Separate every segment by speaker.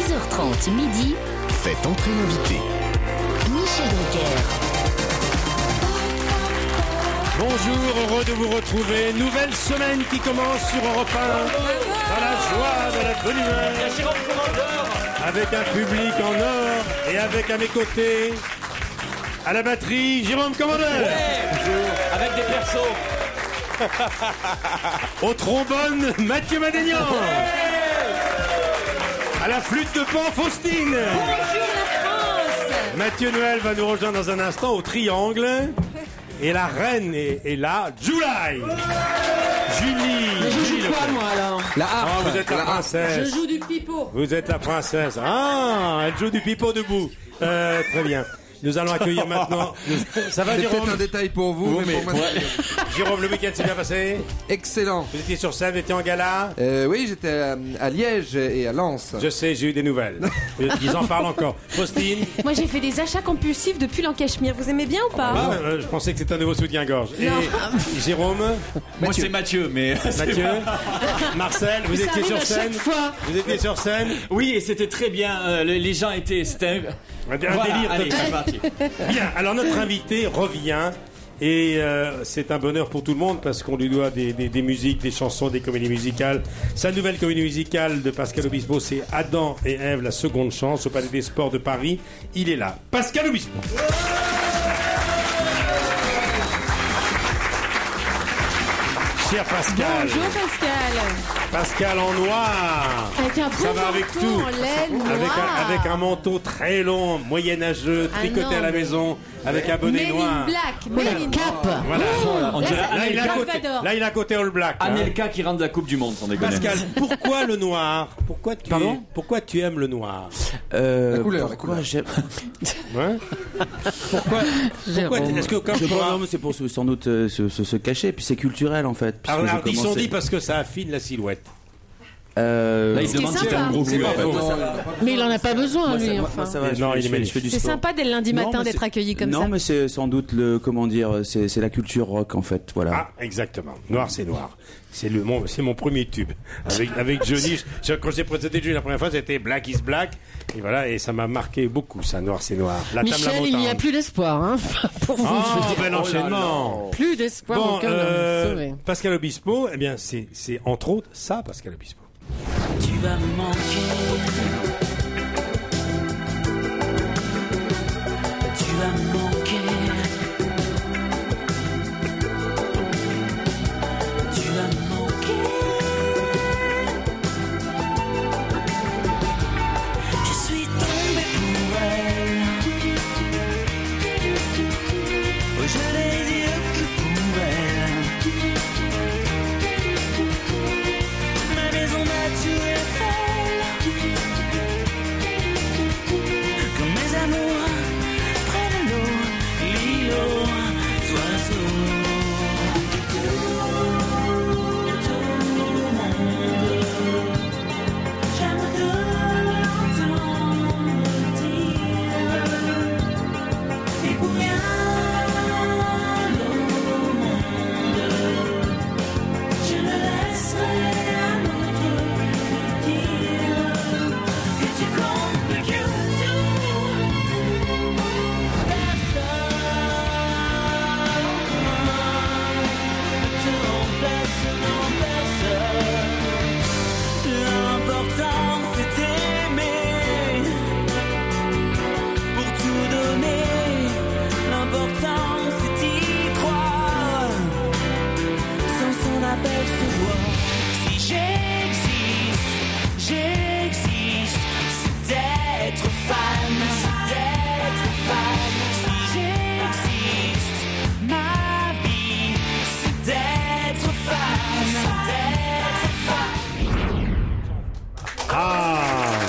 Speaker 1: 8h30 midi,
Speaker 2: Faites entrer l'invité.
Speaker 1: Michel Drucker.
Speaker 3: Bonjour, heureux de vous retrouver. Nouvelle semaine qui commence sur Europe 1. Dans la joie, dans la bonne humeur. Avec un public en or et avec à mes côtés, à la batterie, Jérôme Commandeur.
Speaker 4: Avec des persos.
Speaker 3: Au trombone, Mathieu Madénian. À la flûte de pan, Faustine. Mathieu Noël va nous rejoindre dans un instant au triangle. Et la reine est, est là, July. Julie. Julie Le Pen.
Speaker 5: La
Speaker 3: Ah,
Speaker 5: harpe.
Speaker 3: vous êtes la princesse.
Speaker 6: Je joue du pipeau.
Speaker 3: Vous êtes la princesse. Ah, elle joue du pipeau debout. Euh, très bien. Nous allons accueillir maintenant. nous- Ça va,
Speaker 5: C'est
Speaker 3: Ah, Jérôme
Speaker 5: peut-être un détail pour vous, mais, pour moi, c'est-
Speaker 3: Jérôme, le week-end s'est bien passé.
Speaker 5: excellent.
Speaker 3: Vous étiez sur scène, vous étiez en gala.
Speaker 5: Euh, oui, j'étais à, à Liège et à Lens.
Speaker 3: Je sais, j'ai eu des nouvelles. Euh, Ils en parlent encore. Faustine,
Speaker 6: Moi, j'ai fait des achats compulsifs depuis l'En-Cachemire. Vous aimez bien ou pas
Speaker 3: ah, euh, je pensais que c'était un nouveau soutien-gorge. Et Jérôme,
Speaker 4: Moi c'est Mathieu, mais.
Speaker 3: Mathieu, Marcel, vous étiez sur scène. Vous étiez sur scène.
Speaker 4: Oui, et c'était très bien. euh, les, les gens étaient. C'était
Speaker 3: Un délire
Speaker 4: allez,
Speaker 3: total.
Speaker 4: c'est parti.
Speaker 3: Bien, alors notre invité revient. Et euh, c'est un bonheur pour tout le monde parce qu'on lui doit des, des- des musiques, des chansons, des comédies musicales. Sa nouvelle comédie musicale de Pascal Obispo, c'est Adam et Ève, la seconde chance au Palais des Sports de Paris. Il est là. Pascal Obispo. Cher Pascal,
Speaker 6: Bonjour Pascal.
Speaker 3: Pascal en noir.
Speaker 6: Avec un
Speaker 3: Ça
Speaker 6: beau
Speaker 3: va avec
Speaker 6: manteau
Speaker 3: tout.
Speaker 6: en laine
Speaker 3: Avec un,
Speaker 6: noire.
Speaker 3: avec un manteau très long, moyenâgeux,
Speaker 6: Ah
Speaker 3: tricoté
Speaker 6: non,
Speaker 3: à la
Speaker 6: mais-
Speaker 3: maison, avec un bonnet
Speaker 6: Men in
Speaker 3: noir.
Speaker 6: black, Men in black. Oh,
Speaker 3: Voilà.
Speaker 4: On
Speaker 6: Là,
Speaker 4: dirait
Speaker 7: Ah,
Speaker 6: ça-
Speaker 3: Là, il a
Speaker 4: Anelka,
Speaker 6: Black
Speaker 3: côté,
Speaker 6: Vador.
Speaker 3: là, il a côté All Black. hein.
Speaker 4: Anelka qui rentre de la Coupe du Monde, sans déconner.
Speaker 3: Pascal, pourquoi le noir pourquoi tu,
Speaker 8: Pardon
Speaker 3: pourquoi tu aimes le noir
Speaker 8: Euh,
Speaker 5: La couleur, la
Speaker 8: pourquoi
Speaker 5: couleur.
Speaker 8: j'aime-
Speaker 3: Hein Pourquoi, pourquoi
Speaker 8: Jérôme.
Speaker 3: Est-ce que comme
Speaker 8: Je
Speaker 3: toi-
Speaker 8: pense- non, mais c'est pour se- sans doute euh, se, se- se cacher, puis c'est culturel en fait. puisque
Speaker 3: Alors,
Speaker 8: je
Speaker 3: alors, ils sont
Speaker 8: commençais-
Speaker 3: dit parce que ça affine la silhouette.
Speaker 8: Euh,
Speaker 4: Là, il se
Speaker 6: Ce qui est
Speaker 4: demande si t'as
Speaker 6: sympa.
Speaker 4: un gros cul. en fait.
Speaker 5: Non,
Speaker 7: Mais il en a pas besoin,
Speaker 8: moi, ça-
Speaker 7: lui.
Speaker 8: moi,
Speaker 7: enfin.
Speaker 8: moi, ça va,
Speaker 3: Non,
Speaker 8: je fais-
Speaker 3: il est
Speaker 8: je fais-
Speaker 3: magnifique.
Speaker 8: je fais du
Speaker 6: C'est
Speaker 8: sport.
Speaker 6: sympa dès le lundi
Speaker 8: Non,
Speaker 6: matin
Speaker 8: mais
Speaker 6: d'être
Speaker 8: c'est-
Speaker 6: accueilli comme
Speaker 8: Non,
Speaker 6: ça.
Speaker 8: mais c'est sans doute le comment dire, c'est c'est la culture rock en fait, voilà.
Speaker 3: Ah, exactement. Noir, c'est noir. C'est le mon, c'est mon premier tube avec avec Johnny. je- je- quand j'ai présenté Johnny la première fois, c'était Black is Black et voilà et ça m'a marqué beaucoup ça. Noir, c'est noir. La table à
Speaker 7: Michel, il n'y a
Speaker 3: montagne.
Speaker 7: plus d'espoir. Hein. Pour vous, je veux
Speaker 3: Oh,
Speaker 7: dire.
Speaker 3: bel enchaînement.
Speaker 7: Plus d'espoir,
Speaker 3: Bon,
Speaker 7: aucun
Speaker 3: euh,
Speaker 7: homme sauvé.
Speaker 3: Pascal Obispo, eh bien, c'est, c'est entre autres ça, Pascal Obispo.
Speaker 9: Tu vas me manquer. Tu vas me manquer. Tu vas me manquer. Je suis tombée pour elle. Oh, Je n'ai les yeux que pour elle. Ma maison naturelle Comme mes amours prennent l'eau L'îlot soit sourd Tout le monde J'aime de l'entendre dire Et pour rien au monde je ne laisserai à l'autre te dire que tu comptes que tout. Personne te remplace, non, personne. L'important c'est d'aimer pour tout donner. L'important c'est d'y croire sans son appel se voit. Si j'existe, j'existe, c'est d'être fan, c'est d'être fan. Si j'existe, ma vie, c'est d'être fan, c'est d'être fan.
Speaker 3: Ah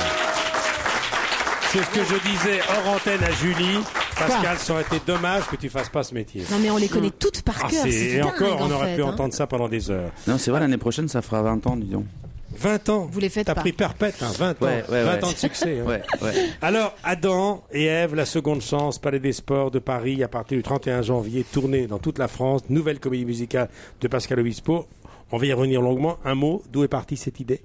Speaker 3: C'est ce que je disais hors antenne à Julie. Pascal, ça aurait été dommage que tu fasses pas ce métier.
Speaker 6: Non mais on les connaît toutes par
Speaker 3: Ah,
Speaker 6: cœur.
Speaker 3: c'est-
Speaker 6: C'est
Speaker 3: et
Speaker 6: dingue,
Speaker 3: encore, on
Speaker 6: en
Speaker 3: aurait
Speaker 6: fait,
Speaker 3: pu
Speaker 6: hein.
Speaker 3: entendre ça pendant des heures.
Speaker 8: Non, c'est vrai, l'année prochaine ça fera 20 ans, dis donc.
Speaker 3: 20 ans.
Speaker 6: Vous les faites
Speaker 3: T'as
Speaker 6: pas.
Speaker 3: pris perpète, hein, 20 ans.
Speaker 8: Ouais, ouais,
Speaker 3: 20
Speaker 8: ouais.
Speaker 3: ans de succès. hein.
Speaker 8: Ouais, ouais.
Speaker 3: Alors, Adam et Ève, la seconde chance, Palais des Sports de Paris, à partir du 31 janvier, tournée dans toute la France, nouvelle comédie musicale de Pascal Obispo. On va y revenir longuement. Un mot, d'où est partie cette idée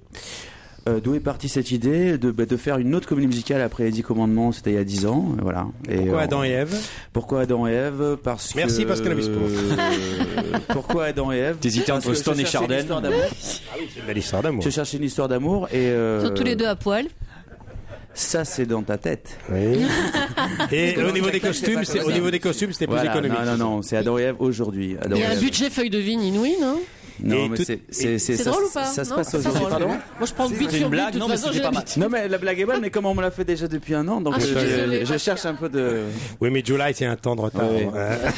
Speaker 8: euh, d'où est partie cette idée de, bah, de faire une autre comédie musicale après les 10 commandements, c'était il y a 10 ans, euh, voilà. Et
Speaker 2: Pourquoi
Speaker 8: on-
Speaker 2: Adam et Ève
Speaker 8: Pourquoi Adam et Ève Parce que...
Speaker 2: Merci, Pascal Obispo.
Speaker 8: Euh, pourquoi Adam et Ève
Speaker 4: T'hésitais
Speaker 8: Parce
Speaker 4: entre
Speaker 8: que je
Speaker 4: Stone et
Speaker 8: cherchais une
Speaker 4: Chardin.
Speaker 8: histoire d'amour.
Speaker 3: C'est une belle histoire d'amour.
Speaker 8: Je cherchais une histoire d'amour et... euh,
Speaker 10: Ils sont tous les deux à poil.
Speaker 8: Ça, c'est dans ta tête.
Speaker 3: Et au niveau des costumes, c'est- au niveau des costumes, c'était plus
Speaker 8: Voilà,
Speaker 3: économique.
Speaker 8: non, non, non, c'est Adam et Ève aujourd'hui. Adam
Speaker 7: Il y
Speaker 8: et
Speaker 7: a un
Speaker 8: Ève.
Speaker 7: budget feuille de vigne inouï, non
Speaker 8: Non,
Speaker 3: Et
Speaker 8: mais
Speaker 3: tout-
Speaker 8: c'est- c'est...
Speaker 6: C'est
Speaker 8: ça-
Speaker 6: drôle ou pas
Speaker 8: Ça se
Speaker 6: Non,
Speaker 8: passe
Speaker 6: c'est pas
Speaker 8: aujourd'hui,
Speaker 6: drôle.
Speaker 8: pardon
Speaker 7: Moi, je prends but sur
Speaker 4: C'est une
Speaker 7: but, de
Speaker 4: blague,
Speaker 7: toute
Speaker 4: non, mais
Speaker 7: façon,
Speaker 4: c'était
Speaker 7: j'ai
Speaker 4: pas mal.
Speaker 7: l'habitude.
Speaker 8: Non mais la blague est bonne, mais comme on me l'a fait déjà depuis un an, donc
Speaker 7: Ah, je
Speaker 8: je,
Speaker 7: suis désolée,
Speaker 8: je
Speaker 7: Pascal.
Speaker 8: cherche un peu de.
Speaker 3: Oui, mais July, c'est un temps de retard.
Speaker 8: Ouais.
Speaker 3: Euh,
Speaker 8: Ah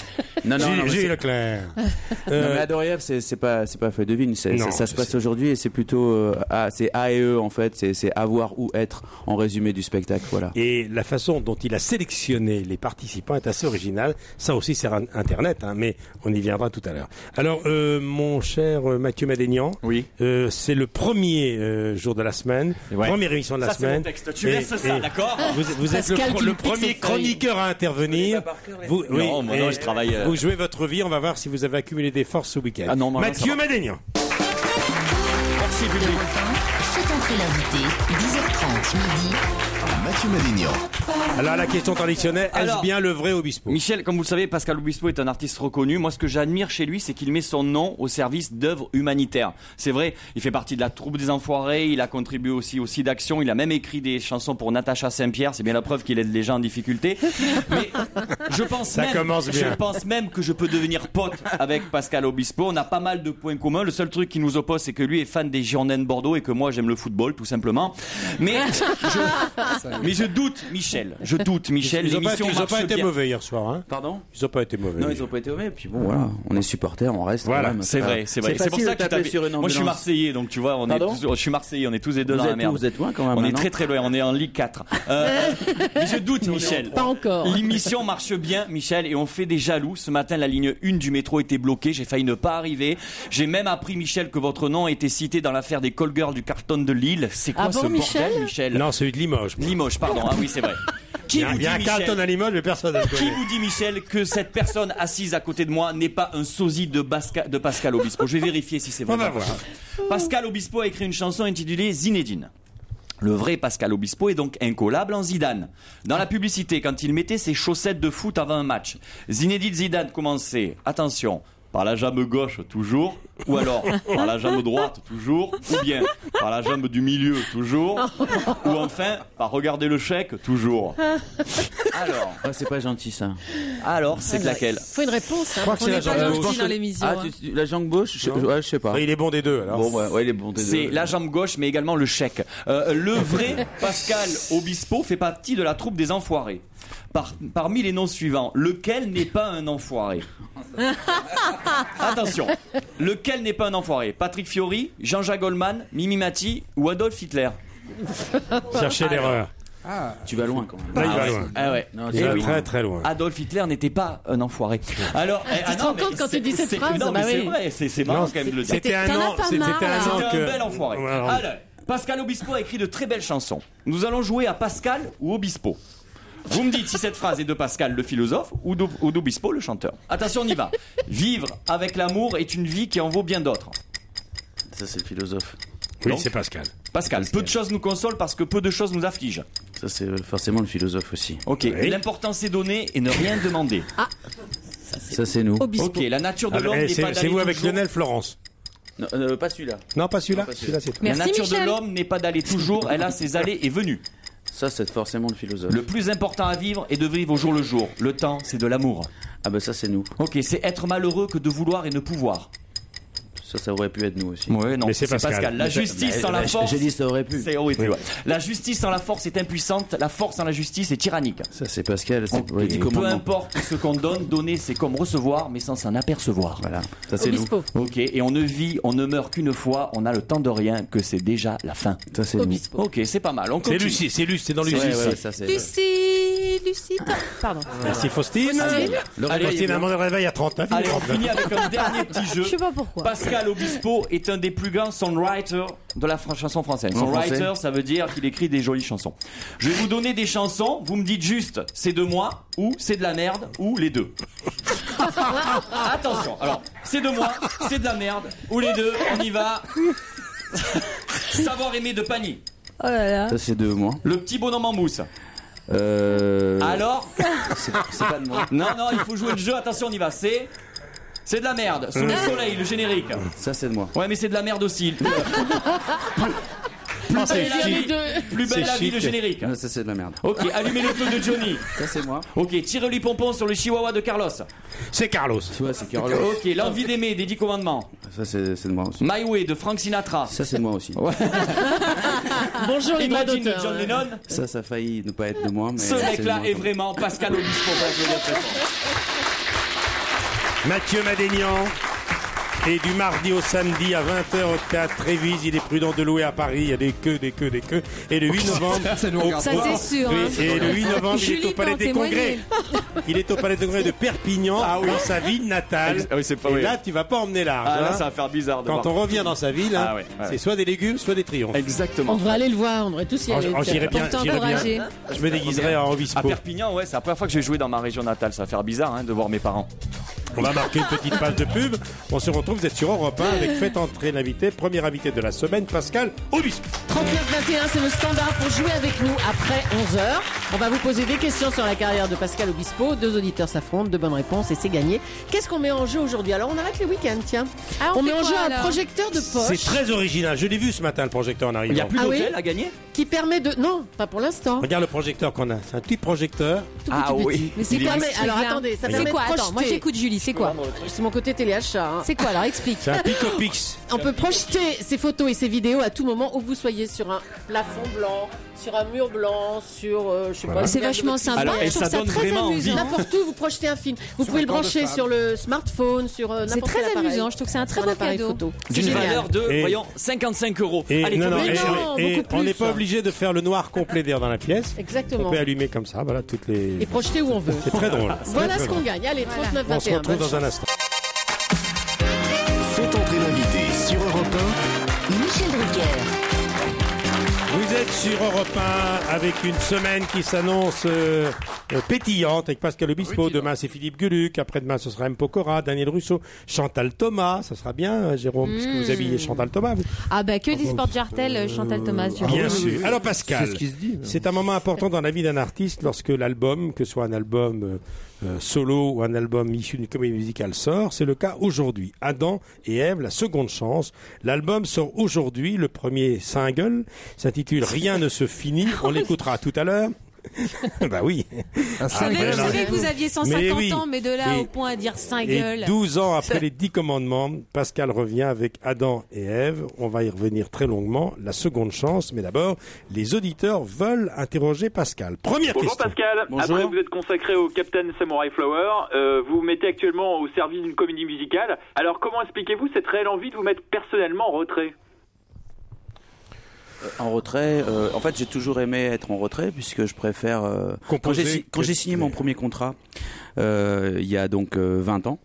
Speaker 8: Non non, non,
Speaker 3: Gilles-
Speaker 8: mais
Speaker 3: Gilles
Speaker 8: c'est-
Speaker 3: Leclerc.
Speaker 8: non,
Speaker 3: Euh,
Speaker 8: mais Adoriev, c'est c'est pas c'est pas feuille de vigne, c'est-
Speaker 3: Non,
Speaker 8: c'est- ça se
Speaker 3: je
Speaker 8: passe
Speaker 3: sais.
Speaker 8: aujourd'hui et c'est plutôt euh, A- c'est A et E en fait, c'est c'est avoir ou être en résumé du spectacle, voilà.
Speaker 3: Et la façon dont il a sélectionné les participants est assez originale. Ça aussi, c'est un- Internet, hein, mais on y viendra tout à l'heure. Alors, euh, mon cher euh, Mathieu Madénian,
Speaker 4: Oui.
Speaker 3: euh, c'est le premier euh, jour de la semaine,
Speaker 4: Ouais.
Speaker 3: première émission de la
Speaker 4: Ça, c'est
Speaker 3: semaine.
Speaker 4: mon texte. Tu
Speaker 3: Et-
Speaker 4: laisses ça,
Speaker 3: et
Speaker 4: d'accord
Speaker 3: Vous, êtes- vous êtes le,
Speaker 7: Pascal,
Speaker 3: pro-
Speaker 7: tu
Speaker 3: le
Speaker 7: me piques
Speaker 3: premier
Speaker 7: ses feuilles.
Speaker 3: chroniqueur à intervenir. Vous,
Speaker 4: Non, moi, non,
Speaker 3: et
Speaker 4: je travaille, euh,
Speaker 3: Vous jouez votre vie. On va voir si vous avez accumulé des forces ce week-end.
Speaker 4: Ah non, moi, non,
Speaker 3: Mathieu
Speaker 4: ça va.
Speaker 3: Madénian.
Speaker 4: Merci, public.
Speaker 1: Europe 1, faites entrer l'invité, 10h30 midi.
Speaker 11: Mathieu Malignan.
Speaker 3: Alors la question traditionnelle est-ce
Speaker 4: Alors-
Speaker 3: bien le vrai Obispo
Speaker 4: Michel, comme vous le savez, Pascal Obispo est un artiste reconnu. Moi, ce que j'admire chez lui, c'est qu'il met son nom au service d'œuvres humanitaires. C'est vrai, il fait partie de la troupe des enfoirés, il a contribué aussi au Site d'Action, il a même écrit des chansons pour Natacha Saint-Pierre, c'est bien la preuve qu'il aide les gens en difficulté. Mais je pense,
Speaker 3: Ça
Speaker 4: même,
Speaker 3: commence bien.
Speaker 4: je pense même que je peux devenir pote avec Pascal Obispo. On a pas mal de points communs. Le seul truc qui nous oppose, c'est que lui est fan des Girondins de Bordeaux et que moi, j'aime le football, tout simplement. Mais je, mais je doute, Michel. Je doute, Michel.
Speaker 3: Ils n'ont pas,
Speaker 4: L'émission
Speaker 3: ils ont pas
Speaker 4: marche
Speaker 3: été
Speaker 4: bien.
Speaker 3: mauvais hier soir. Hein
Speaker 8: Pardon
Speaker 3: ils n'ont pas été mauvais.
Speaker 8: Non, ils ont pas été aimés. Puis bon, voilà, on est supporters, on reste.
Speaker 3: Voilà,
Speaker 8: quand même.
Speaker 4: C'est
Speaker 8: Euh,
Speaker 4: vrai, c'est vrai.
Speaker 8: C'est
Speaker 4: pour
Speaker 8: facile
Speaker 4: ça
Speaker 8: de
Speaker 4: que tu
Speaker 8: taper
Speaker 4: tapé.
Speaker 8: sur une ambulance.
Speaker 4: Moi, je suis Marseillais, donc tu vois, on est
Speaker 8: Pardon
Speaker 4: tous, je suis Marseillais, on est tous les deux
Speaker 8: Vous
Speaker 4: dans la
Speaker 8: êtes où
Speaker 4: merde.
Speaker 8: Vous êtes loin quand même.
Speaker 4: on
Speaker 8: hein,
Speaker 4: est
Speaker 8: non
Speaker 4: très très loin, on est en Ligue 4. Euh, mais je doute, Michel.
Speaker 7: Pas encore.
Speaker 4: L'émission marche bien, Michel, et on fait des jaloux. Ce matin, la ligne 1 du métro était bloquée, j'ai failli ne pas arriver. J'ai même appris, Michel, que votre nom a été cité dans l'affaire des call girls du carton de Lille. C'est quoi
Speaker 7: Ah bon,
Speaker 4: ce
Speaker 7: Michel
Speaker 4: bordel, Michel
Speaker 3: Non, c'est eu de Limoges.
Speaker 4: Limoges, pardon. Ah oui, c'est vrai. Qui
Speaker 3: Il y a,
Speaker 4: vous
Speaker 3: il y a
Speaker 4: dit,
Speaker 3: un
Speaker 4: Michel
Speaker 3: Carlton à Limoges, mais personne ne le
Speaker 4: qui
Speaker 3: connaît.
Speaker 4: vous dit, Michel, que cette personne assise à côté de moi n'est pas un sosie de, Basca- de Pascal Obispo Je vais vérifier si c'est vrai.
Speaker 3: On va voir.
Speaker 4: Pascal Obispo a écrit une chanson intitulée Zinedine. Le vrai Pascal Obispo est donc incollable en Zidane. Dans la publicité, quand il mettait ses chaussettes de foot avant un match, Zinedine Zidane commençait, attention, par la jambe gauche toujours, ou alors par la jambe droite toujours, ou bien par la jambe du milieu toujours, ou enfin par regarder le chèque toujours. Alors,
Speaker 8: Ah, c'est pas gentil ça.
Speaker 4: alors c'est de laquelle
Speaker 7: Faut une réponse. hein.
Speaker 3: crois que
Speaker 7: On
Speaker 3: c'est
Speaker 7: n'est
Speaker 3: la
Speaker 7: pas
Speaker 3: jambe
Speaker 7: gentil
Speaker 3: gauche.
Speaker 7: dans l'émission.
Speaker 8: Ah, tu-
Speaker 7: hein.
Speaker 8: tu- la jambe gauche, je, ouais, je sais pas.
Speaker 3: Ouais, Il est bon des deux, alors.
Speaker 8: Bon, ouais, ouais, il est bon. t'es
Speaker 4: C'est
Speaker 8: deux.
Speaker 4: la jambe gauche, mais également le chèque. Euh, le vrai Pascal Obispo fait partie de la troupe des enfoirés. Par- parmi les noms suivants, lequel n'est pas un enfoiré Attention, lequel n'est pas un enfoiré Patrick Fiori, Jean-Jacques Goldman, Mimi Mati ou Adolf Hitler
Speaker 3: Cherchez l'erreur.
Speaker 8: Tu vas loin quand même.
Speaker 3: Là, il va
Speaker 4: ouais.
Speaker 3: loin.
Speaker 4: Ah ouais.
Speaker 8: Non,
Speaker 3: Il
Speaker 8: c'est-
Speaker 3: va
Speaker 4: oui.
Speaker 3: très très loin.
Speaker 4: Adolf Hitler n'était pas un enfoiré. Alors, eh, ah
Speaker 7: te
Speaker 4: non,
Speaker 7: rends
Speaker 4: mais
Speaker 7: compte quand tu
Speaker 4: c'est-
Speaker 7: dis cette
Speaker 4: c'est-
Speaker 7: phrase
Speaker 4: Non, mais
Speaker 7: Bah
Speaker 4: c'est
Speaker 7: oui.
Speaker 4: vrai, c'est c'est marrant
Speaker 3: Non,
Speaker 4: quand même de le dire.
Speaker 3: C'était un
Speaker 6: t'en as
Speaker 3: an.
Speaker 6: pas
Speaker 3: C'était
Speaker 6: marre,
Speaker 3: un
Speaker 6: là.
Speaker 3: an
Speaker 4: C'était
Speaker 3: que.
Speaker 4: un Ah, bel enfoiré.
Speaker 3: Alors,
Speaker 4: Alors, Pascal Obispo a écrit de très belles chansons. Nous allons jouer à Pascal ou Obispo. Vous me dites si cette phrase est de Pascal le philosophe ou d'O- ou d'Obispo le chanteur. Attention, on y va. Vivre avec l'amour est une vie qui en vaut bien d'autres.
Speaker 8: Ça c'est le philosophe.
Speaker 3: Oui,
Speaker 4: Donc-
Speaker 3: c'est Pascal.
Speaker 4: Pascal, peu de choses nous consolent parce que peu de choses nous affligent.
Speaker 8: Ça c'est euh, forcément le philosophe aussi.
Speaker 4: Ok,
Speaker 3: Oui.
Speaker 4: l'important c'est donner et ne rien demander.
Speaker 6: Ah,
Speaker 8: Ça c'est nous.
Speaker 4: Ok, la nature de
Speaker 3: Ah,
Speaker 4: l'homme
Speaker 3: eh,
Speaker 4: n'est pas
Speaker 3: C'est c'est
Speaker 4: d'aller
Speaker 3: vous avec
Speaker 4: toujours...
Speaker 3: Lionel Florence.
Speaker 8: Non, euh, pas celui-là.
Speaker 3: Non, pas celui-là.
Speaker 8: Non, pas
Speaker 3: Celui-là, c'est toi.
Speaker 4: La
Speaker 6: Merci
Speaker 4: nature de
Speaker 6: Michel.
Speaker 4: l'homme n'est pas d'aller toujours, elle a ses allées et venues.
Speaker 8: Ça c'est forcément le philosophe.
Speaker 4: Le plus important à vivre est de vivre au jour le jour. Le temps, c'est de l'amour.
Speaker 8: Ah bah ça c'est nous.
Speaker 4: Ok, c'est être malheureux que de vouloir et ne pouvoir.
Speaker 8: Ça ça aurait pu être nous aussi. Ah,
Speaker 4: Ouais, non,
Speaker 3: Mais c'est Pascal.
Speaker 4: La
Speaker 3: Mais
Speaker 4: justice sans la
Speaker 8: J-
Speaker 4: force.
Speaker 8: J'ai dit ça aurait pu.
Speaker 4: c'est oh oui,
Speaker 3: Oui.
Speaker 4: ouais. La justice sans la force est impuissante, la force sans la justice est tyrannique.
Speaker 8: Ça c'est Pascal. C'est
Speaker 4: Et
Speaker 8: ouais, dix
Speaker 4: peu
Speaker 8: commandements.
Speaker 4: importe ce qu'on donne, donner c'est comme recevoir, mais sans s'en apercevoir.
Speaker 8: Voilà. Ça c'est nous.
Speaker 7: Obispo.
Speaker 4: Ok, et on ne vit, on ne meurt qu'une fois, on a le temps de rien, que c'est déjà la fin.
Speaker 8: Ça c'est nous.
Speaker 7: Obispo.
Speaker 4: Ok, c'est pas mal. On
Speaker 3: C'est
Speaker 4: continue.
Speaker 3: Lucie, c'est Lucie, c'est dans Lucie.
Speaker 8: Ouais, ouais, ouais, ça c'est.
Speaker 6: Lucie, Lucie, t'as- pardon.
Speaker 3: Merci Faustine.
Speaker 8: Le
Speaker 4: Allez,
Speaker 8: réveil est
Speaker 3: Faustine,
Speaker 8: bien.
Speaker 3: à mon réveil à 39.
Speaker 4: Allez, on finit avec un dernier petit
Speaker 6: Je
Speaker 4: jeu.
Speaker 6: sais pas pourquoi.
Speaker 4: Pascal Obispo est un des plus grands songwriters de la fran- chanson française.
Speaker 8: En
Speaker 4: Songwriter,
Speaker 8: français.
Speaker 4: ça veut dire qu'il écrit des jolies chansons. Je vais vous donner des chansons, vous me dites juste c'est de moi ou c'est de la merde ou les deux. Attention, alors c'est de moi, c'est de la merde ou les deux, on y va. Savoir aimer de Pani.
Speaker 2: Oh là là.
Speaker 8: Ça, c'est de moi.
Speaker 4: Le petit bonhomme en mousse.
Speaker 8: Euh...
Speaker 4: Alors
Speaker 8: C'est c'est pas de moi.
Speaker 4: Non, non, il faut jouer le jeu. Attention, on y va. C'est. C'est de la merde. Sous le
Speaker 8: Mmh.
Speaker 4: soleil, le générique.
Speaker 8: Ça, c'est de moi.
Speaker 4: Ouais, mais c'est de la merde aussi. Plus,
Speaker 3: Ah, c'est
Speaker 4: belle la vie,
Speaker 3: chic.
Speaker 4: de- plus belle
Speaker 3: C'est
Speaker 4: la vie,
Speaker 3: chic.
Speaker 4: le générique.
Speaker 8: Ah, Ça, c'est de la merde.
Speaker 4: Ok, allumez les feux de Johnny.
Speaker 8: Ça, c'est moi.
Speaker 4: Ok, tire-lui pompon sur le chihuahua de Carlos.
Speaker 3: C'est Carlos.
Speaker 8: Tu vois, c'est Carlos.
Speaker 4: Ok, l'envie d'aimer des 10 commandements.
Speaker 8: Ça, c'est c'est de moi aussi.
Speaker 4: My Way de Frank Sinatra.
Speaker 8: Ça, c'est de moi aussi.
Speaker 7: Bonjour les droits
Speaker 4: Imagine de
Speaker 7: d'auteur.
Speaker 4: John
Speaker 7: ouais.
Speaker 4: Lennon.
Speaker 8: Ça, ça a failli ne pas être de moi, mais.
Speaker 4: Ce
Speaker 8: c'est de
Speaker 4: mec-là
Speaker 8: moi.
Speaker 4: est vraiment Pascal Obispo. Bravo, bien présent.
Speaker 3: Mathieu Madénian. Et du mardi au samedi à 20h au théâtre Trévise, il est prudent de louer à Paris, il y a des queues, des queues, des queues. Et le 8 novembre,
Speaker 5: Ça nous regarde
Speaker 6: Ça,
Speaker 5: pas.
Speaker 6: c'est sûr. hein.
Speaker 3: Oui, et le 8 novembre, il est
Speaker 6: Julie
Speaker 3: au Palais
Speaker 6: peut en
Speaker 3: des Congrès.
Speaker 6: témoigner.
Speaker 3: Il est au Palais des Congrès de Perpignan, dans sa ville natale.
Speaker 4: Ah oui, c'est pas
Speaker 3: et
Speaker 4: vrai.
Speaker 3: là, tu vas pas emmener large.
Speaker 4: Ah là,
Speaker 3: hein.
Speaker 4: ça va faire bizarre de
Speaker 3: Quand on
Speaker 4: voir.
Speaker 3: revient dans sa ville, hein,
Speaker 4: Ah ouais, ouais.
Speaker 3: c'est soit des légumes, soit des triomphes.
Speaker 7: On
Speaker 4: Exactement.
Speaker 7: devrait aller le voir, on devrait tous y
Speaker 3: Oh,
Speaker 7: aller.
Speaker 3: oh, j'irai
Speaker 7: tiens.
Speaker 3: bien,
Speaker 6: Pour
Speaker 3: j'irai
Speaker 6: t'encourager.
Speaker 3: bien. Je me déguiserai en
Speaker 4: À
Speaker 3: obispo.
Speaker 4: Perpignan, ouais, c'est la première fois que j'ai joué dans ma région natale. Ça va faire bizarre hein, de voir mes parents.
Speaker 3: On va marquer une petite page de pub. On se retrouve, vous êtes sur Europe 1 avec Faites entrer l'invité, premier invité de la semaine, Pascal Obispo.
Speaker 7: 39-21, c'est le standard pour jouer avec nous après 11h. On va vous poser des questions sur la carrière de Pascal Obispo. Deux auditeurs s'affrontent, deux bonnes réponses et c'est gagné. Qu'est-ce qu'on met en jeu aujourd'hui Alors on arrête les week-ends, tiens.
Speaker 6: Ah, on
Speaker 7: on met
Speaker 6: fait
Speaker 7: en
Speaker 6: quoi,
Speaker 7: jeu un
Speaker 6: alors
Speaker 7: projecteur de
Speaker 3: C'est
Speaker 7: poche
Speaker 3: très original. Je l'ai vu ce matin, le projecteur en
Speaker 4: Il n'y
Speaker 3: arrivant.
Speaker 4: a plus
Speaker 7: Ah
Speaker 4: d'hôtel
Speaker 7: oui
Speaker 4: à gagner
Speaker 7: qui permet de... Non, pas pour l'instant.
Speaker 3: Regarde le projecteur qu'on a. C'est un petit projecteur.
Speaker 7: Tout
Speaker 4: Ah
Speaker 7: petit,
Speaker 4: oui.
Speaker 7: petit.
Speaker 6: Mais c'est
Speaker 7: Il
Speaker 6: quoi
Speaker 7: permet-
Speaker 6: ce
Speaker 7: Alors
Speaker 6: truc-là
Speaker 7: attendez, ça permet
Speaker 6: C'est
Speaker 7: de
Speaker 6: quoi Attends, moi
Speaker 7: projeter.
Speaker 6: j'écoute Julie, c'est quoi
Speaker 7: C'est mon côté téléachat. hein.
Speaker 6: C'est quoi alors Explique.
Speaker 3: C'est un picopix.
Speaker 7: On peut projeter ces photos et ces vidéos à tout moment où vous soyez sur un plafond blanc, sur un mur blanc, sur euh, je sais pas.
Speaker 6: C'est vachement sympa,
Speaker 4: Alors, et
Speaker 6: je trouve
Speaker 4: ça
Speaker 6: ça,
Speaker 4: donne
Speaker 6: très
Speaker 4: vraiment envie.
Speaker 6: amusant.
Speaker 7: N'importe où, vous projetez un film. Vous pouvez
Speaker 5: un
Speaker 7: le
Speaker 5: corps de
Speaker 7: brancher
Speaker 5: femme.
Speaker 7: sur le smartphone, sur euh,
Speaker 6: C'est
Speaker 7: n'importe quel
Speaker 6: très
Speaker 7: appareil.
Speaker 6: amusant, je trouve que c'est un très
Speaker 7: Sur
Speaker 6: beau
Speaker 7: appareil
Speaker 6: cadeau.
Speaker 7: photo.
Speaker 4: D'une
Speaker 7: Génial.
Speaker 4: valeur de,
Speaker 3: Et-
Speaker 4: voyons, 55 euros.
Speaker 3: Et,
Speaker 4: Allez,
Speaker 3: non,
Speaker 4: faut
Speaker 3: non,
Speaker 4: bien
Speaker 3: et-
Speaker 4: jouer.
Speaker 7: non,
Speaker 3: et-
Speaker 7: beaucoup
Speaker 3: on n'est
Speaker 7: plus.
Speaker 3: pas obligé de faire le noir complet d'air dans la pièce. On
Speaker 7: Exactement.
Speaker 3: peut allumer comme ça, voilà, toutes les.
Speaker 7: Et projeter où on veut.
Speaker 3: C'est très drôle.
Speaker 7: Voilà
Speaker 3: Très,
Speaker 7: ce
Speaker 3: très
Speaker 7: qu'on
Speaker 3: drôle.
Speaker 7: gagne. Allez, 39-21.
Speaker 3: On se retrouve
Speaker 7: bonne
Speaker 3: dans un
Speaker 7: chance.
Speaker 3: instant.
Speaker 1: Faites entrer l'invité sur Europe 1. Michel Drucker.
Speaker 3: Vous êtes sur Europe 1 avec une semaine qui s'annonce euh, euh, pétillante avec Pascal Obispo. Demain, c'est Philippe Gueluc. Après-demain, ce sera M. Pokora, Daniel Russo, Chantal Thomas. Ça sera bien, euh, Jérôme, puisque vous habillez Chantal Thomas. vous.
Speaker 2: Ah bah que disent Porte Jartel, Chantal Thomas.
Speaker 5: Ah
Speaker 2: sur-
Speaker 3: Ah, Bien sûr. Alors,
Speaker 5: C'est
Speaker 3: Pascal.
Speaker 5: ce qui se dit. hein.
Speaker 3: C'est un moment important dans la vie d'un artiste lorsque l'album, que ce soit un album euh, euh, solo ou un album issu d'une comédie musicale, sort. C'est le cas aujourd'hui. Adam et Ève, la seconde chance. L'album sort aujourd'hui. Le premier single s'intitule Rien ne se finit. On l'écoutera tout à l'heure. bah oui.
Speaker 5: Un
Speaker 6: Ah,
Speaker 5: single.
Speaker 6: mais je
Speaker 3: Voilà.
Speaker 6: savais que vous aviez 150
Speaker 3: Mais oui.
Speaker 6: ans, mais de là
Speaker 3: Et-
Speaker 6: au point à dire 5
Speaker 3: Et
Speaker 6: gueules.
Speaker 3: 12 ans après les 10 commandements, Pascal revient avec Adam et Ève. On va y revenir très longuement. La seconde chance. Mais d'abord, les auditeurs veulent interroger Pascal. Première
Speaker 10: Bonjour
Speaker 3: question.
Speaker 10: Pascal,
Speaker 8: Bonjour.
Speaker 10: après vous êtes consacré au Captain Samurai Flower, euh, vous vous mettez actuellement au service d'une comédie musicale, alors comment expliquez-vous cette réelle envie de vous mettre personnellement en retrait
Speaker 8: En retrait, euh, en fait, j'ai toujours aimé être en retrait puisque je préfère. euh, quand
Speaker 3: Composer
Speaker 8: j'ai si- quand
Speaker 3: que-
Speaker 8: j'ai signé mon premier contrat, euh, il y a donc euh, 20 ans.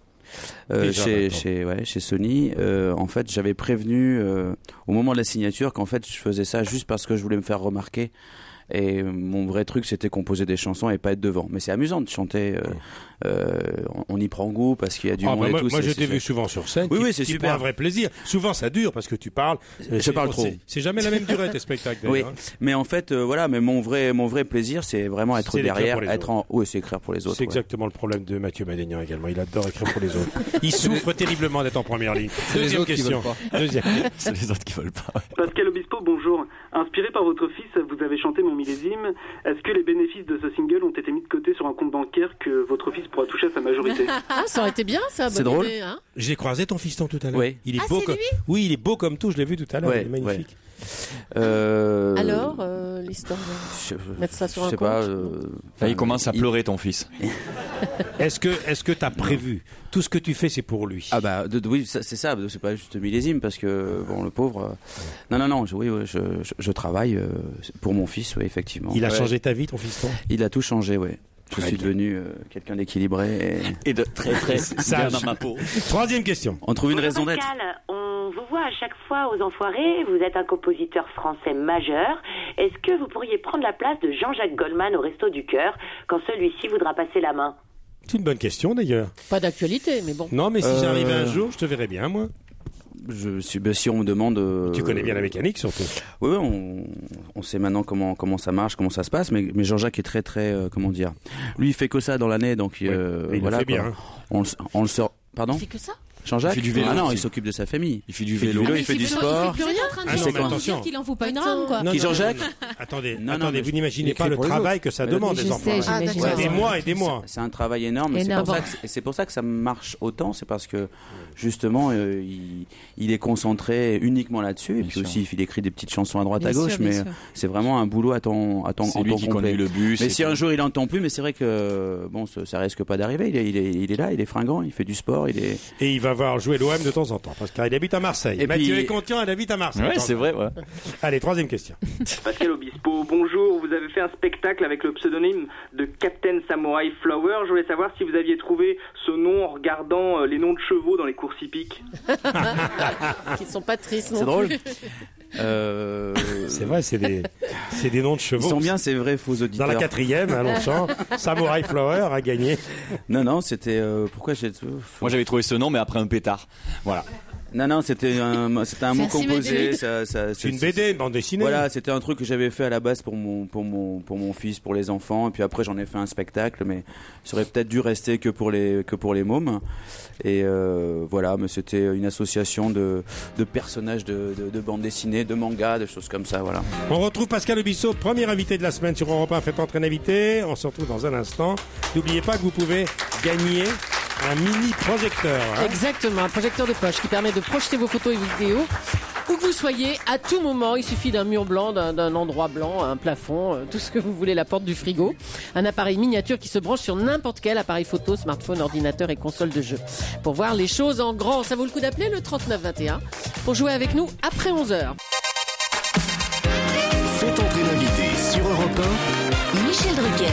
Speaker 8: euh,
Speaker 3: Déjà
Speaker 8: chez,
Speaker 3: 20 ans.
Speaker 8: chez, ouais, chez Sony, euh, en fait, j'avais prévenu euh, au moment de la signature qu'en fait, je faisais ça juste parce que je voulais me faire remarquer. Et mon vrai truc, c'était composer des chansons et pas être devant. Mais c'est amusant de chanter. euh, euh, on- on y prend goût parce qu'il y a du
Speaker 3: Mmh. Ah,
Speaker 8: monde
Speaker 3: bah,
Speaker 8: et
Speaker 3: moi,
Speaker 8: tout.
Speaker 3: moi,
Speaker 8: c'est-
Speaker 3: je
Speaker 8: c'est
Speaker 3: t'ai vu
Speaker 8: chouette.
Speaker 3: souvent sur scène.
Speaker 8: Oui,
Speaker 3: Tu-
Speaker 8: oui, c'est
Speaker 3: tu
Speaker 8: super.
Speaker 3: prends un vrai plaisir. Souvent, ça dure parce que tu parles.
Speaker 8: Je parle trop.
Speaker 3: c'est- C'est jamais la même durée tes spectacles.
Speaker 8: Oui,
Speaker 3: d'ailleurs, hein.
Speaker 8: mais en fait, euh, voilà, mais mon vrai, mon vrai plaisir, c'est vraiment être
Speaker 3: C'est d'écrire
Speaker 8: derrière,
Speaker 3: pour les
Speaker 8: être en, oui, c'est écrire pour les autres.
Speaker 3: C'est
Speaker 8: ouais.
Speaker 3: exactement le problème de Mathieu Madénian également. Il adore écrire pour les autres. Il souffre terriblement d'être en première ligne.
Speaker 5: les
Speaker 3: Deuxième
Speaker 5: autres qui
Speaker 3: question.
Speaker 5: veulent
Speaker 3: Deuxième.
Speaker 4: C'est les autres qui veulent pas.
Speaker 10: Pascal Obispo, bonjour. Inspiré par votre fils, vous avez chanté mon millésime. Est-ce que les bénéfices de ce single ont été mis de côté sur un compte bancaire que votre fils pourra toucher à sa majorité
Speaker 7: Ah, ça aurait été bien, ça.
Speaker 8: C'est
Speaker 7: bonne
Speaker 8: drôle.
Speaker 7: idée, hein.
Speaker 3: J'ai croisé ton fiston tout à l'heure.
Speaker 8: Oui.
Speaker 3: Il est
Speaker 6: Ah,
Speaker 3: beau
Speaker 6: c'est
Speaker 3: comme...
Speaker 6: lui
Speaker 3: Oui, il est beau comme tout. Je l'ai vu tout à l'heure.
Speaker 8: Ouais,
Speaker 3: il est magnifique.
Speaker 8: Euh,
Speaker 7: Alors, euh, l'histoire. de-
Speaker 8: je,
Speaker 7: mettre ça sur
Speaker 8: je
Speaker 7: un
Speaker 8: sais pas.
Speaker 7: compte,
Speaker 8: euh,
Speaker 4: il commence à
Speaker 8: il-
Speaker 4: pleurer ton fils.
Speaker 3: Est-ce que, est-ce que t'as prévu Tout ce que tu fais, c'est pour lui.
Speaker 8: Ah bah de- de- oui, ça- c'est ça. C'est pas juste millésime parce que bon, le pauvre. euh, Non, non, non. Je, oui, oui, je, je, je travaille euh, pour mon fils, oui, effectivement.
Speaker 3: il a
Speaker 8: Ouais.
Speaker 3: changé ta vie, ton fiston
Speaker 8: Il a tout changé, oui. Je suis devenu euh, quelqu'un d'équilibré. et-
Speaker 4: Et de très très sage dans ma peau.
Speaker 3: Troisième question.
Speaker 8: On trouve une raison d'être.
Speaker 9: Pascal, on vous voit à chaque fois aux Enfoirés, vous êtes un compositeur français majeur. Est-ce que vous pourriez prendre la place de Jean-Jacques Goldman au Resto du Cœur quand celui-ci voudra passer la main
Speaker 3: C'est une bonne question d'ailleurs.
Speaker 7: Pas d'actualité, mais bon.
Speaker 3: Non, mais si
Speaker 8: Euh,
Speaker 3: j'arrive un jour, je te verrai bien, moi.
Speaker 8: je, si, ben, si on me demande. euh,
Speaker 3: Tu connais bien la mécanique, surtout.
Speaker 8: Oui, oui, on, on sait maintenant comment, comment ça marche, comment ça se passe, mais, mais Jean-Jacques est très, très. euh, comment dire Lui, il fait que ça dans l'année, donc euh,
Speaker 3: il le
Speaker 8: voilà.
Speaker 3: fait bien,
Speaker 8: quoi.
Speaker 3: hein.
Speaker 8: On, le- on le sort. Pardon
Speaker 7: que ça
Speaker 8: Jean-Jacques
Speaker 4: Il fait du vélo
Speaker 8: Ah non,
Speaker 4: aussi.
Speaker 8: il s'occupe de sa famille.
Speaker 4: Il fait du
Speaker 8: vélo,
Speaker 4: vélo.
Speaker 8: il fait du sport.
Speaker 2: Plus rien en train de
Speaker 8: Ah,
Speaker 2: dire-
Speaker 8: c'est quoi
Speaker 2: de dire qu'il en faut pas une rame, quoi.
Speaker 3: Non,
Speaker 8: Qui,
Speaker 3: non, non,
Speaker 8: Jean-Jacques
Speaker 3: non, non. Attendez,
Speaker 8: Non, non,
Speaker 3: attendez,
Speaker 8: mais
Speaker 3: vous
Speaker 8: je-
Speaker 3: n'imaginez
Speaker 8: j'écris
Speaker 3: pas le
Speaker 8: pour Euh, les
Speaker 3: travail que ça
Speaker 8: Mais là,
Speaker 3: demande,
Speaker 2: je
Speaker 3: les
Speaker 2: sais,
Speaker 3: enfants.
Speaker 2: j'imagine.
Speaker 7: Ah, d'accord.
Speaker 3: Des mois et des mois.
Speaker 8: C'est un travail énorme. et C'est
Speaker 2: Énorme.
Speaker 8: pour, ça que- et c'est pour ça que ça marche autant. C'est parce que justement, euh, il, il est concentré uniquement là-dessus. Et
Speaker 4: Bien
Speaker 8: puis
Speaker 4: sûr.
Speaker 8: aussi, il écrit des petites chansons à droite
Speaker 2: Bien
Speaker 8: à
Speaker 2: sûr,
Speaker 8: gauche.
Speaker 2: bien
Speaker 8: mais
Speaker 2: sûr.
Speaker 8: euh, c'est vraiment un boulot à temps, à temps,
Speaker 4: C'est
Speaker 8: en
Speaker 4: lui
Speaker 8: temps
Speaker 4: qui
Speaker 8: complet.
Speaker 4: conduit le bus.
Speaker 8: mais
Speaker 4: et
Speaker 8: si
Speaker 4: tout.
Speaker 8: un jour il entend plus, mais c'est vrai que euh, bon, ça, ça risque pas d'arriver. Il est, il, est, il est là, il est fringant, il fait du sport, il est.
Speaker 3: Et il va voir jouer l'OM de temps en temps, parce qu'il habite à Marseille.
Speaker 8: Et
Speaker 3: Mathieu
Speaker 8: puis-
Speaker 3: est content, elle habite à Marseille.
Speaker 4: Ouais, c'est vrai, ouais.
Speaker 3: Allez, troisième question.
Speaker 10: Pascal Obispo, bonjour. Vous avez fait un spectacle avec le pseudonyme de Captain Samurai Flower. Je voulais savoir si vous aviez trouvé ce nom en regardant euh, les noms de chevaux dans les courses hippiques.
Speaker 7: Qui sont pas tristes non
Speaker 8: C'est drôle.
Speaker 7: plus.
Speaker 8: Euh,
Speaker 3: C'est vrai, c'est des, c'est des noms de
Speaker 8: Ils
Speaker 3: chevaux.
Speaker 8: sont bien ces vrais faux
Speaker 3: Dans
Speaker 8: auditeurs.
Speaker 3: la quatrième, à Longchamp, Samurai Flower a gagné.
Speaker 8: Non, non, c'était euh, pourquoi j'ai.
Speaker 4: Moi j'avais trouvé ce nom, mais après un pétard. Voilà.
Speaker 8: Non, non, c'était un, c'était un
Speaker 2: C'est
Speaker 8: mot
Speaker 2: un
Speaker 8: composé.
Speaker 2: symétrique.
Speaker 8: Ça, ça,
Speaker 3: C'est une BD, une bande dessinée.
Speaker 8: Voilà, c'était un truc que j'avais fait à la base pour mon, pour mon, pour mon fils, pour les enfants. Et puis après, j'en ai fait un spectacle, mais ça aurait peut-être dû rester que pour les, que pour les mômes. Et euh, voilà, mais c'était une association de, de personnages de, de, de bande dessinée, de manga, de choses comme ça, voilà.
Speaker 3: On retrouve Pascal Obispo, premier invité de la semaine sur Europe 1, fait entrer l'invité. On se retrouve dans un instant. N'oubliez pas que vous pouvez gagner un mini projecteur. hein.
Speaker 7: Exactement, un projecteur de poche qui permet de projeter vos photos et vos vidéos où que vous soyez, à tout moment. Il suffit d'un mur blanc, d'un- d'un endroit blanc, un plafond, euh, tout ce que vous voulez, la porte du frigo. Un appareil miniature qui se branche sur n'importe quel appareil photo, smartphone, ordinateur et console de jeu. Pour voir les choses en grand, ça vaut le coup d'appeler le 3921 pour jouer avec nous après 11h.
Speaker 1: Faites entrer l'invité sur Europe 1. Michel Drucker.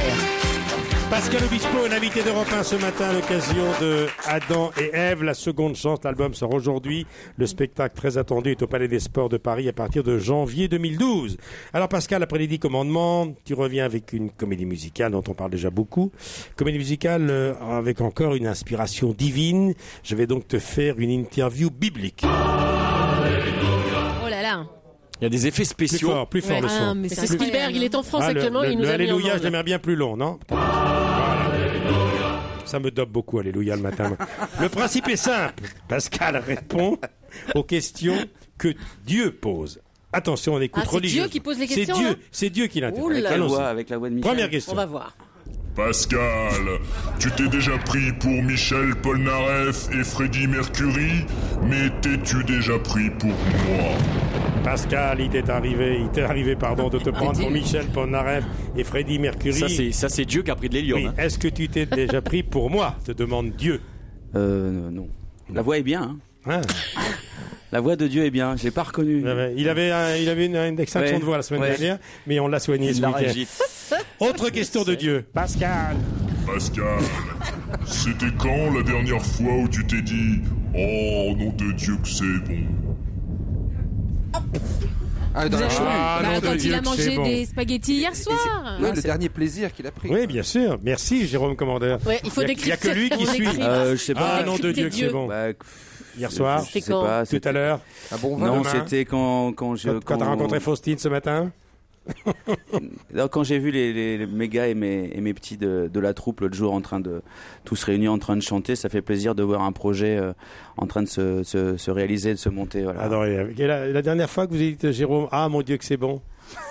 Speaker 3: Pascal Obispo est l'invité d'Europe 1 ce matin à l'occasion de Adam et Ève, la seconde chance. L'album sort aujourd'hui. Le spectacle très attendu est au Palais des Sports de Paris à partir de janvier 2012. Alors Pascal, après les 10 commandements, tu reviens avec une comédie musicale dont on parle déjà beaucoup. Comédie musicale euh, avec encore une inspiration divine. Je vais donc te faire une interview biblique.
Speaker 2: Oh là là.
Speaker 4: Il y a des effets
Speaker 3: Plus
Speaker 4: spéciaux.
Speaker 3: fort, plus fort
Speaker 2: Ouais.
Speaker 3: le son.
Speaker 2: Ah, mais
Speaker 7: Mais
Speaker 2: ça
Speaker 7: C'est Spielberg, il est en France
Speaker 3: Ah, le-
Speaker 7: actuellement,
Speaker 3: le,
Speaker 7: il nous
Speaker 3: le
Speaker 7: a mis en
Speaker 3: Alléluia, je
Speaker 7: angle.
Speaker 3: l'aimerais bien plus long, non Voilà. Ça me dope beaucoup, Alléluia, le matin. le principe est simple. Pascal répond aux questions que Dieu pose. Attention, on écoute
Speaker 7: Ah, c'est
Speaker 3: religieux.
Speaker 7: Dieu qui pose les questions,
Speaker 3: C'est Dieu,
Speaker 7: là
Speaker 3: c'est Dieu qui
Speaker 7: Ouh
Speaker 3: l'interprète.
Speaker 7: là
Speaker 8: La
Speaker 7: Allons-y.
Speaker 8: voix,
Speaker 3: Allons-y.
Speaker 8: avec la voix de Michel.
Speaker 3: Première
Speaker 7: On
Speaker 3: question.
Speaker 7: va voir.
Speaker 11: Pascal, tu t'es déjà pris pour Michel Polnareff et Freddie Mercury, mais t'es-tu déjà pris pour moi
Speaker 3: Pascal, il t'est arrivé, il t'est arrivé, pardon, de te prendre pour Michel Polnareff et Freddie Mercury.
Speaker 4: Ça, c'est, ça, c'est Dieu qui a pris de l'hélium.
Speaker 3: Oui,
Speaker 4: hein.
Speaker 3: Est-ce que tu t'es déjà pris pour moi Te demande Dieu.
Speaker 8: Euh, non. La voix est bien, hein.
Speaker 3: Hein
Speaker 8: La voix de Dieu est bien, je l'ai pas reconnue.
Speaker 3: Il avait, il avait, un- il avait une, une extinction
Speaker 8: Ouais.
Speaker 3: de voix la semaine
Speaker 8: Ouais.
Speaker 3: dernière, mais on l'a soigné ce
Speaker 4: La
Speaker 3: week-end.
Speaker 4: régit.
Speaker 3: Autre question de Dieu. Pascal.
Speaker 11: Pascal, c'était quand la dernière fois où tu t'es dit Oh, nom de Dieu que c'est bon
Speaker 5: Ah, dans la
Speaker 2: Vous avez-
Speaker 5: foulée.
Speaker 3: Ah,
Speaker 2: Bah,
Speaker 3: non,
Speaker 2: quand
Speaker 3: de Dieu
Speaker 2: il a
Speaker 3: que
Speaker 2: mangé
Speaker 3: c'est bon.
Speaker 2: des spaghettis hier soir.
Speaker 7: Ah,
Speaker 5: Oui, le dernier plaisir qu'il a pris.
Speaker 3: Oui, bien sûr. Merci, Jérôme Commandeur.
Speaker 7: Ouais, il faut
Speaker 3: y a, y a que
Speaker 7: décrypter.
Speaker 3: lui qui
Speaker 7: On
Speaker 3: suit.
Speaker 2: décrit.
Speaker 8: Euh, je sais
Speaker 3: Ah,
Speaker 8: pas.
Speaker 3: nom de Dieu que c'est bon.
Speaker 8: Bah,
Speaker 3: Hier soir,
Speaker 8: je sais
Speaker 7: quand
Speaker 8: pas.
Speaker 3: tout à
Speaker 8: c'était-
Speaker 3: l'heure,
Speaker 5: Un bon vin.
Speaker 8: Non,
Speaker 3: Demain.
Speaker 8: c'était quand quand je
Speaker 3: quand, quand t'as rencontré Faustine ce matin.
Speaker 8: Alors, quand j'ai vu les, les, les- mes gars et mes, et mes petits de, de la troupe l'autre jour en train de tous réunis en train de chanter, ça fait plaisir de voir un projet euh, en train de se, se, se réaliser, de se monter. Voilà.
Speaker 3: Ah, non, et la, la dernière fois que vous avez dit euh, Jérôme, ah mon Dieu que c'est bon.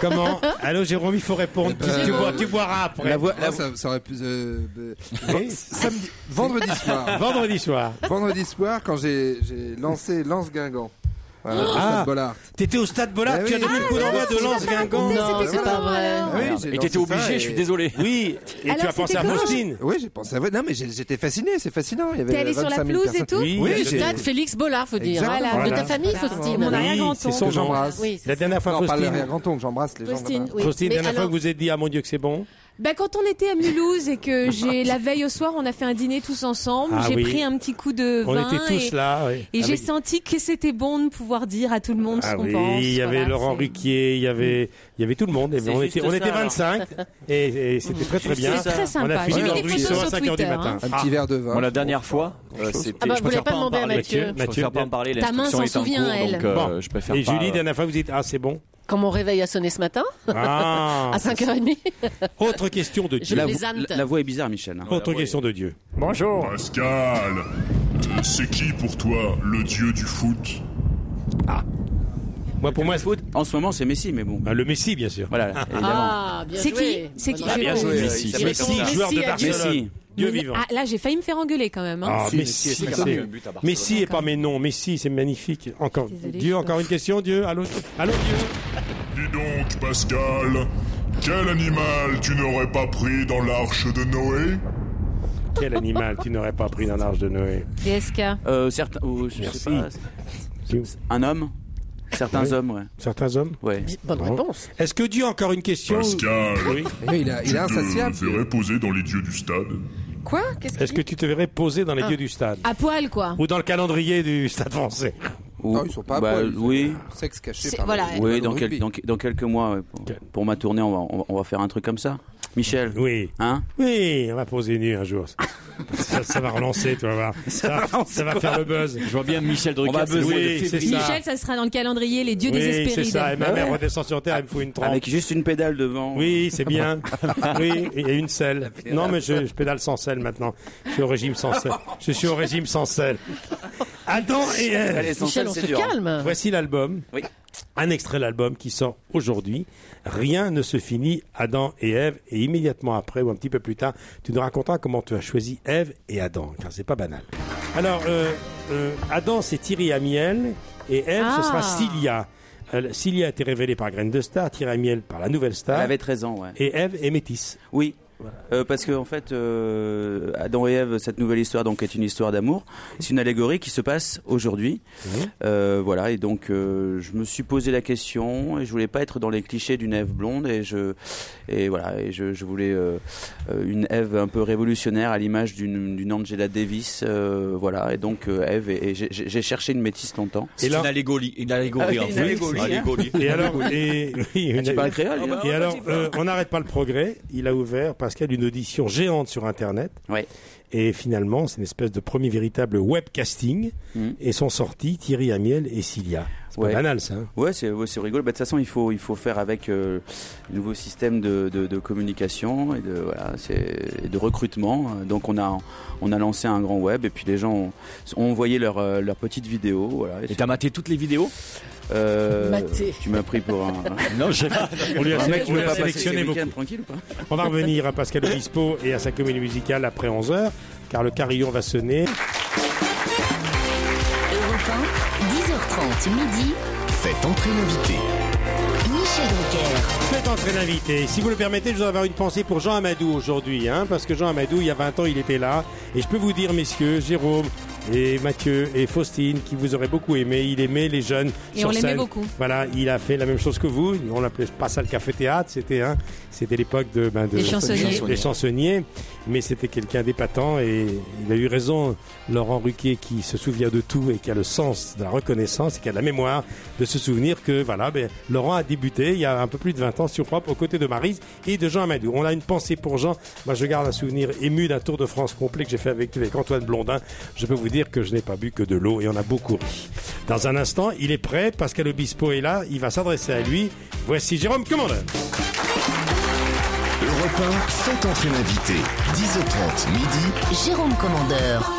Speaker 3: Comment Allô Jérôme, il faut répondre. Tu, tu bois- tu boiras après.
Speaker 8: la voix,
Speaker 5: Ah,
Speaker 8: la voix-
Speaker 5: ça, ça aurait pu. euh, euh,
Speaker 3: Oui.
Speaker 5: samedi, vendredi soir.
Speaker 3: Vendredi soir.
Speaker 5: vendredi soir, quand j'ai j'ai lancé Lance Guingamp. Voilà, au
Speaker 3: Ah.
Speaker 5: Stade Bollard.
Speaker 3: T'étais au stade Bollard,
Speaker 12: Eh
Speaker 5: Bah
Speaker 3: tu as
Speaker 5: oui.
Speaker 3: donné le coup
Speaker 12: Ah,
Speaker 3: d'envoi de Lance Guingamp.
Speaker 2: Non,
Speaker 5: Voilà.
Speaker 2: c'était
Speaker 5: Voilà.
Speaker 2: pas vrai.
Speaker 5: Ah oui, j'ai
Speaker 4: Et
Speaker 5: lancé
Speaker 4: t'étais
Speaker 5: ça
Speaker 4: obligé,
Speaker 5: et-
Speaker 4: je suis désolé.
Speaker 3: Oui, et tu
Speaker 2: Alors,
Speaker 3: as pensé
Speaker 2: c'était
Speaker 3: à
Speaker 2: comment
Speaker 3: Faustine.
Speaker 5: Oui, j'ai pensé à vous. Non, mais j'ai- j'étais fasciné, c'est fascinant. Il y avait
Speaker 2: T'es allé sur la
Speaker 5: 25 000
Speaker 2: pelouse et
Speaker 5: personnes.
Speaker 2: tout
Speaker 3: Oui,
Speaker 5: Oui,
Speaker 3: j'ai-
Speaker 5: j'ai-
Speaker 7: Stade Félix Bollard, faut dire.
Speaker 5: Exactement.
Speaker 2: Voilà.
Speaker 7: De ta famille, Faustine.
Speaker 2: Mon
Speaker 3: Oui,
Speaker 2: arrière-grand-oncle.
Speaker 3: c'est son
Speaker 5: Que
Speaker 3: nom.
Speaker 5: j'embrasse.
Speaker 7: Oui, c'est
Speaker 3: La
Speaker 7: ça.
Speaker 3: dernière fois,
Speaker 5: Non, pas
Speaker 3: Faustine.
Speaker 5: l'arrière-grand-oncle, j'embrasse les gens.
Speaker 7: Faustine,
Speaker 5: là-bas.
Speaker 7: oui.
Speaker 3: Faustine,
Speaker 7: Mais
Speaker 3: la dernière
Speaker 7: alors-
Speaker 3: fois que vous avez dit, ah mon Dieu que c'est bon.
Speaker 2: Bah, quand on était à Mulhouse et que j'ai la veille au soir, on a fait un dîner tous ensemble.
Speaker 3: Ah
Speaker 2: j'ai
Speaker 3: oui.
Speaker 2: pris un petit coup de
Speaker 3: On
Speaker 2: vin.
Speaker 3: était tous
Speaker 2: et,
Speaker 3: là, oui. Ah,
Speaker 2: Et j'ai
Speaker 3: Avec-
Speaker 2: senti que c'était bon de pouvoir dire à tout le monde ce
Speaker 3: Ah
Speaker 2: qu'on
Speaker 3: oui,
Speaker 2: pense.
Speaker 3: il y avait
Speaker 2: voilà,
Speaker 3: Laurent
Speaker 2: c'est-
Speaker 3: Ruquier, il y avait, il y avait tout le monde. Et
Speaker 13: C'est
Speaker 3: on
Speaker 13: juste
Speaker 3: était, on
Speaker 13: ça,
Speaker 3: était 25 et, et c'était très très
Speaker 13: Juste
Speaker 3: bien.
Speaker 13: ça. C'est très
Speaker 3: On a
Speaker 13: sympa.
Speaker 3: fini
Speaker 13: J'ai mis
Speaker 3: leur
Speaker 13: des photos
Speaker 3: émission à
Speaker 13: sur
Speaker 3: 5 heures du
Speaker 13: Twitter,
Speaker 3: matin.
Speaker 13: hein. Un
Speaker 5: petit verre de vin.
Speaker 4: Moi, la dernière fois, euh,
Speaker 3: Ah
Speaker 4: c'était.
Speaker 3: bah, vous
Speaker 4: je préfère
Speaker 3: l'avez pas demandé à
Speaker 4: en parler.
Speaker 3: Mathieu.
Speaker 4: Je préfère pas en parler.
Speaker 7: Ta main
Speaker 4: l'instruction
Speaker 7: s'en
Speaker 4: est en
Speaker 7: souvient,
Speaker 4: cours,
Speaker 7: elle.
Speaker 4: donc, euh,
Speaker 3: Ah, Bon.
Speaker 4: je préfère
Speaker 3: Et
Speaker 4: pas,
Speaker 3: Julie,
Speaker 4: euh,
Speaker 3: dernière fois, vous dites Ah, c'est bon.
Speaker 7: Quand mon réveil a sonné ce matin,
Speaker 3: Ah.
Speaker 7: à 5h30,
Speaker 3: Autre question de
Speaker 7: Je
Speaker 3: Dieu.
Speaker 7: La vo- plaisante. la- la
Speaker 8: voix est bizarre, Michel. hein.
Speaker 3: Autre question de Dieu.
Speaker 11: Bonjour. Pascal, euh, c'est qui pour toi le dieu du foot
Speaker 3: Moi, pour moi, ah,
Speaker 8: foot. En ce moment, c'est Messi, mais bon.
Speaker 3: le Messi, bien sûr.
Speaker 8: Voilà.
Speaker 2: Ah, bien
Speaker 6: C'est
Speaker 2: joué.
Speaker 6: qui C'est qui
Speaker 8: Ah, bien joué,
Speaker 3: Messi.
Speaker 8: Messi.
Speaker 3: Messi, joueur de Barcelone.
Speaker 8: Messi.
Speaker 3: Dieu
Speaker 2: Mais-
Speaker 3: vivant.
Speaker 2: Ah, là, j'ai failli me faire engueuler quand même. hein.
Speaker 3: Ah, Messi,
Speaker 4: Messi,
Speaker 3: c'est-
Speaker 4: Messi. Le but à Barcelone.
Speaker 3: Messi et pas mes noms. Messi, c'est magnifique. Encore.
Speaker 2: Désolée,
Speaker 3: Dieu,
Speaker 2: je
Speaker 3: encore une question, Dieu. Allô, allô, Dieu.
Speaker 11: Dis donc, Pascal, quel animal tu n'aurais pas pris dans l'arche de Noé
Speaker 3: Quel animal tu n'aurais pas pris dans l'arche de Noé
Speaker 2: DSK.
Speaker 8: Euh, certains. ou je sais
Speaker 3: Merci.
Speaker 8: pas, un homme Certains
Speaker 3: Oui.
Speaker 8: hommes, ouais.
Speaker 3: Certains hommes
Speaker 8: Ouais.
Speaker 7: bonne
Speaker 3: Bravo.
Speaker 7: réponse.
Speaker 3: Est-ce que Dieu a encore une question
Speaker 11: Pascal,
Speaker 3: Oui.
Speaker 5: il a- il est insatiable.
Speaker 11: Tu te ferais poser dans les dieux du stade
Speaker 2: Quoi Qu'est-ce
Speaker 3: Est-ce que tu te verrais poser dans les
Speaker 2: Ah.
Speaker 3: dieux du stade
Speaker 2: À poil, quoi.
Speaker 3: Ou dans le calendrier du stade français
Speaker 8: Ou-
Speaker 5: Non, ils sont pas à
Speaker 8: bah,
Speaker 5: poil, ils sont-
Speaker 8: Oui.
Speaker 5: Sexe caché.
Speaker 2: C'est-
Speaker 5: par
Speaker 2: voilà.
Speaker 5: le-
Speaker 8: Oui,
Speaker 5: le
Speaker 8: dans, quel-
Speaker 5: rugby.
Speaker 8: dans, dans quelques mois, ouais, pour, pour ma tournée, on va, on va- on va faire un truc comme ça. Michel,
Speaker 3: Oui.
Speaker 8: hein
Speaker 3: Oui, on va poser nu un jour. Ça, ça va relancer, tu vas voir. Ça, va- ça va faire le buzz.
Speaker 4: Je vois bien Michel
Speaker 8: On va
Speaker 4: Drucker. c'est le
Speaker 8: buzzer,
Speaker 4: mois de
Speaker 3: c'est
Speaker 4: février.
Speaker 3: ça.
Speaker 2: Michel, ça sera dans le calendrier, les dieux
Speaker 3: Oui,
Speaker 2: désespérés.
Speaker 3: c'est ça. Et ma
Speaker 8: Ah
Speaker 3: mère
Speaker 8: ouais.
Speaker 3: redescend sur terre, elle me fout une trompe.
Speaker 8: Avec juste une pédale devant.
Speaker 3: Oui, c'est bien. Oui, il y a une selle. Non, mais je, je pédale sans selle maintenant. Je suis au régime sans selle. Je suis au régime sans selle. Adam et Ève.
Speaker 8: Allez, sans
Speaker 7: Michel,
Speaker 8: ça,
Speaker 7: on
Speaker 8: c'est
Speaker 7: se
Speaker 8: dur. hein.
Speaker 7: calme.
Speaker 3: Voici l'album.
Speaker 8: Oui.
Speaker 3: Un extrait de l'album qui sort aujourd'hui. Rien ne se finit, Adam et Ève. Et immédiatement après, ou un petit peu plus tard, tu nous raconteras comment tu as choisi Ève et Adam, car c'est pas banal. Alors, euh, euh, Adam, c'est Thierry Amiel, et Ève, ce sera
Speaker 2: Ah.
Speaker 3: Cilia. Euh, Cilia a été révélée par Graine de Star, Thierry Amiel par La Nouvelle
Speaker 8: Elle
Speaker 3: Star,
Speaker 8: avait 13 ans, ouais.
Speaker 3: et Ève est métisse.
Speaker 8: Oui. Euh, parce que en fait, euh, Adam et Ève, cette nouvelle histoire donc est une histoire d'amour. C'est une allégorie qui se passe aujourd'hui. Euh, voilà. Et donc, euh, je me suis posé la question et je voulais pas être dans les clichés d'une Ève blonde et je et voilà et je, je voulais euh, euh, une Ève un peu révolutionnaire à l'image d'une d'une Angela Davis. euh, voilà. Et donc euh, Ève et, et j'ai- j'ai j'ai cherché une métisse longtemps.
Speaker 4: C'est
Speaker 3: Et là-
Speaker 4: une allégorie. Une allégorie, en
Speaker 8: une
Speaker 4: fait.
Speaker 8: allégorie, hein.
Speaker 4: allégorie.
Speaker 3: Et alors, et, oui,
Speaker 8: Tu
Speaker 3: une-
Speaker 8: parles créole dis donc.
Speaker 3: et alors, euh, on n'arrête pas le progrès. Il a ouvert, Pascal, une audition géante sur Internet.
Speaker 8: Ouais.
Speaker 3: Et finalement, c'est une espèce de premier véritable webcasting.
Speaker 8: Mhm.
Speaker 3: Et sont sortis Thierry Amiel et Cilia. C'est pas
Speaker 8: Ouais.
Speaker 3: banal, ça. hein.
Speaker 8: Ouais, c'est ouais, c'est rigolo. Bah, de toute façon, il faut, il faut faire avec euh, le nouveau système de, de, de communication et de, voilà, c'est- et de recrutement. Donc, on a, on a lancé un grand web et puis les gens ont, ont envoyé leurs euh, leurs petites vidéos. Voilà. Et
Speaker 4: Et t'as maté toutes les vidéos
Speaker 8: euh,
Speaker 7: Maté.
Speaker 8: tu m'as pris pour un.
Speaker 4: Non, j'ai pas.
Speaker 3: On lui a,
Speaker 8: un
Speaker 3: sélec- on
Speaker 8: veut
Speaker 3: lui a
Speaker 8: pas passer
Speaker 3: sélectionné
Speaker 8: ses
Speaker 3: beaucoup.
Speaker 8: week-ends tranquille ou pas
Speaker 3: On va revenir à Pascal Obispo et à sa comédie musicale après 11h, car le carillon va sonner.
Speaker 1: Europe 1, 10h30 midi,
Speaker 13: Faites entrer l'invité.
Speaker 1: Michel Drucker.
Speaker 3: Faites entrer l'invité. Si vous le permettez, je voudrais avoir une pensée pour Jean Amadou aujourd'hui, hein, parce que Jean Amadou, il y a 20 ans, il était là. Et je peux vous dire, messieurs, Jérôme et Mathieu et Faustine, qui vous auraient beaucoup aimé. Il aimait les jeunes
Speaker 2: Et
Speaker 3: sur
Speaker 2: on l'aimait
Speaker 3: scène.
Speaker 2: beaucoup.
Speaker 3: Voilà, il a fait la même chose que vous. On l'appelait pas ça le café-théâtre, c'était hein, c'était l'époque de, ben, de-
Speaker 2: Des chansonniers.
Speaker 3: des chansonniers. Mais c'était quelqu'un d'épatant et il a eu raison, Laurent Ruquier, qui se souvient de tout et qui a le sens de la reconnaissance et qui a la mémoire de se souvenir que voilà, ben, Laurent a débuté il y a un peu plus de 20 ans sur Europe aux côtés de Marise et de Jean Amadou. On a une pensée pour Jean. Moi, je garde un souvenir ému d'un Tour de France complet que j'ai fait avec, avec Antoine Blondin. Je peux vous dire que je n'ai pas bu que de l'eau et on a beaucoup ri. Dans un instant, il est prêt. Pascal Obispo est là. Il va s'adresser à lui. Voici Jérôme Commandeur.
Speaker 13: Europe 1, faites entrer l'invité. 10h30 midi.
Speaker 1: Jérôme Commandeur.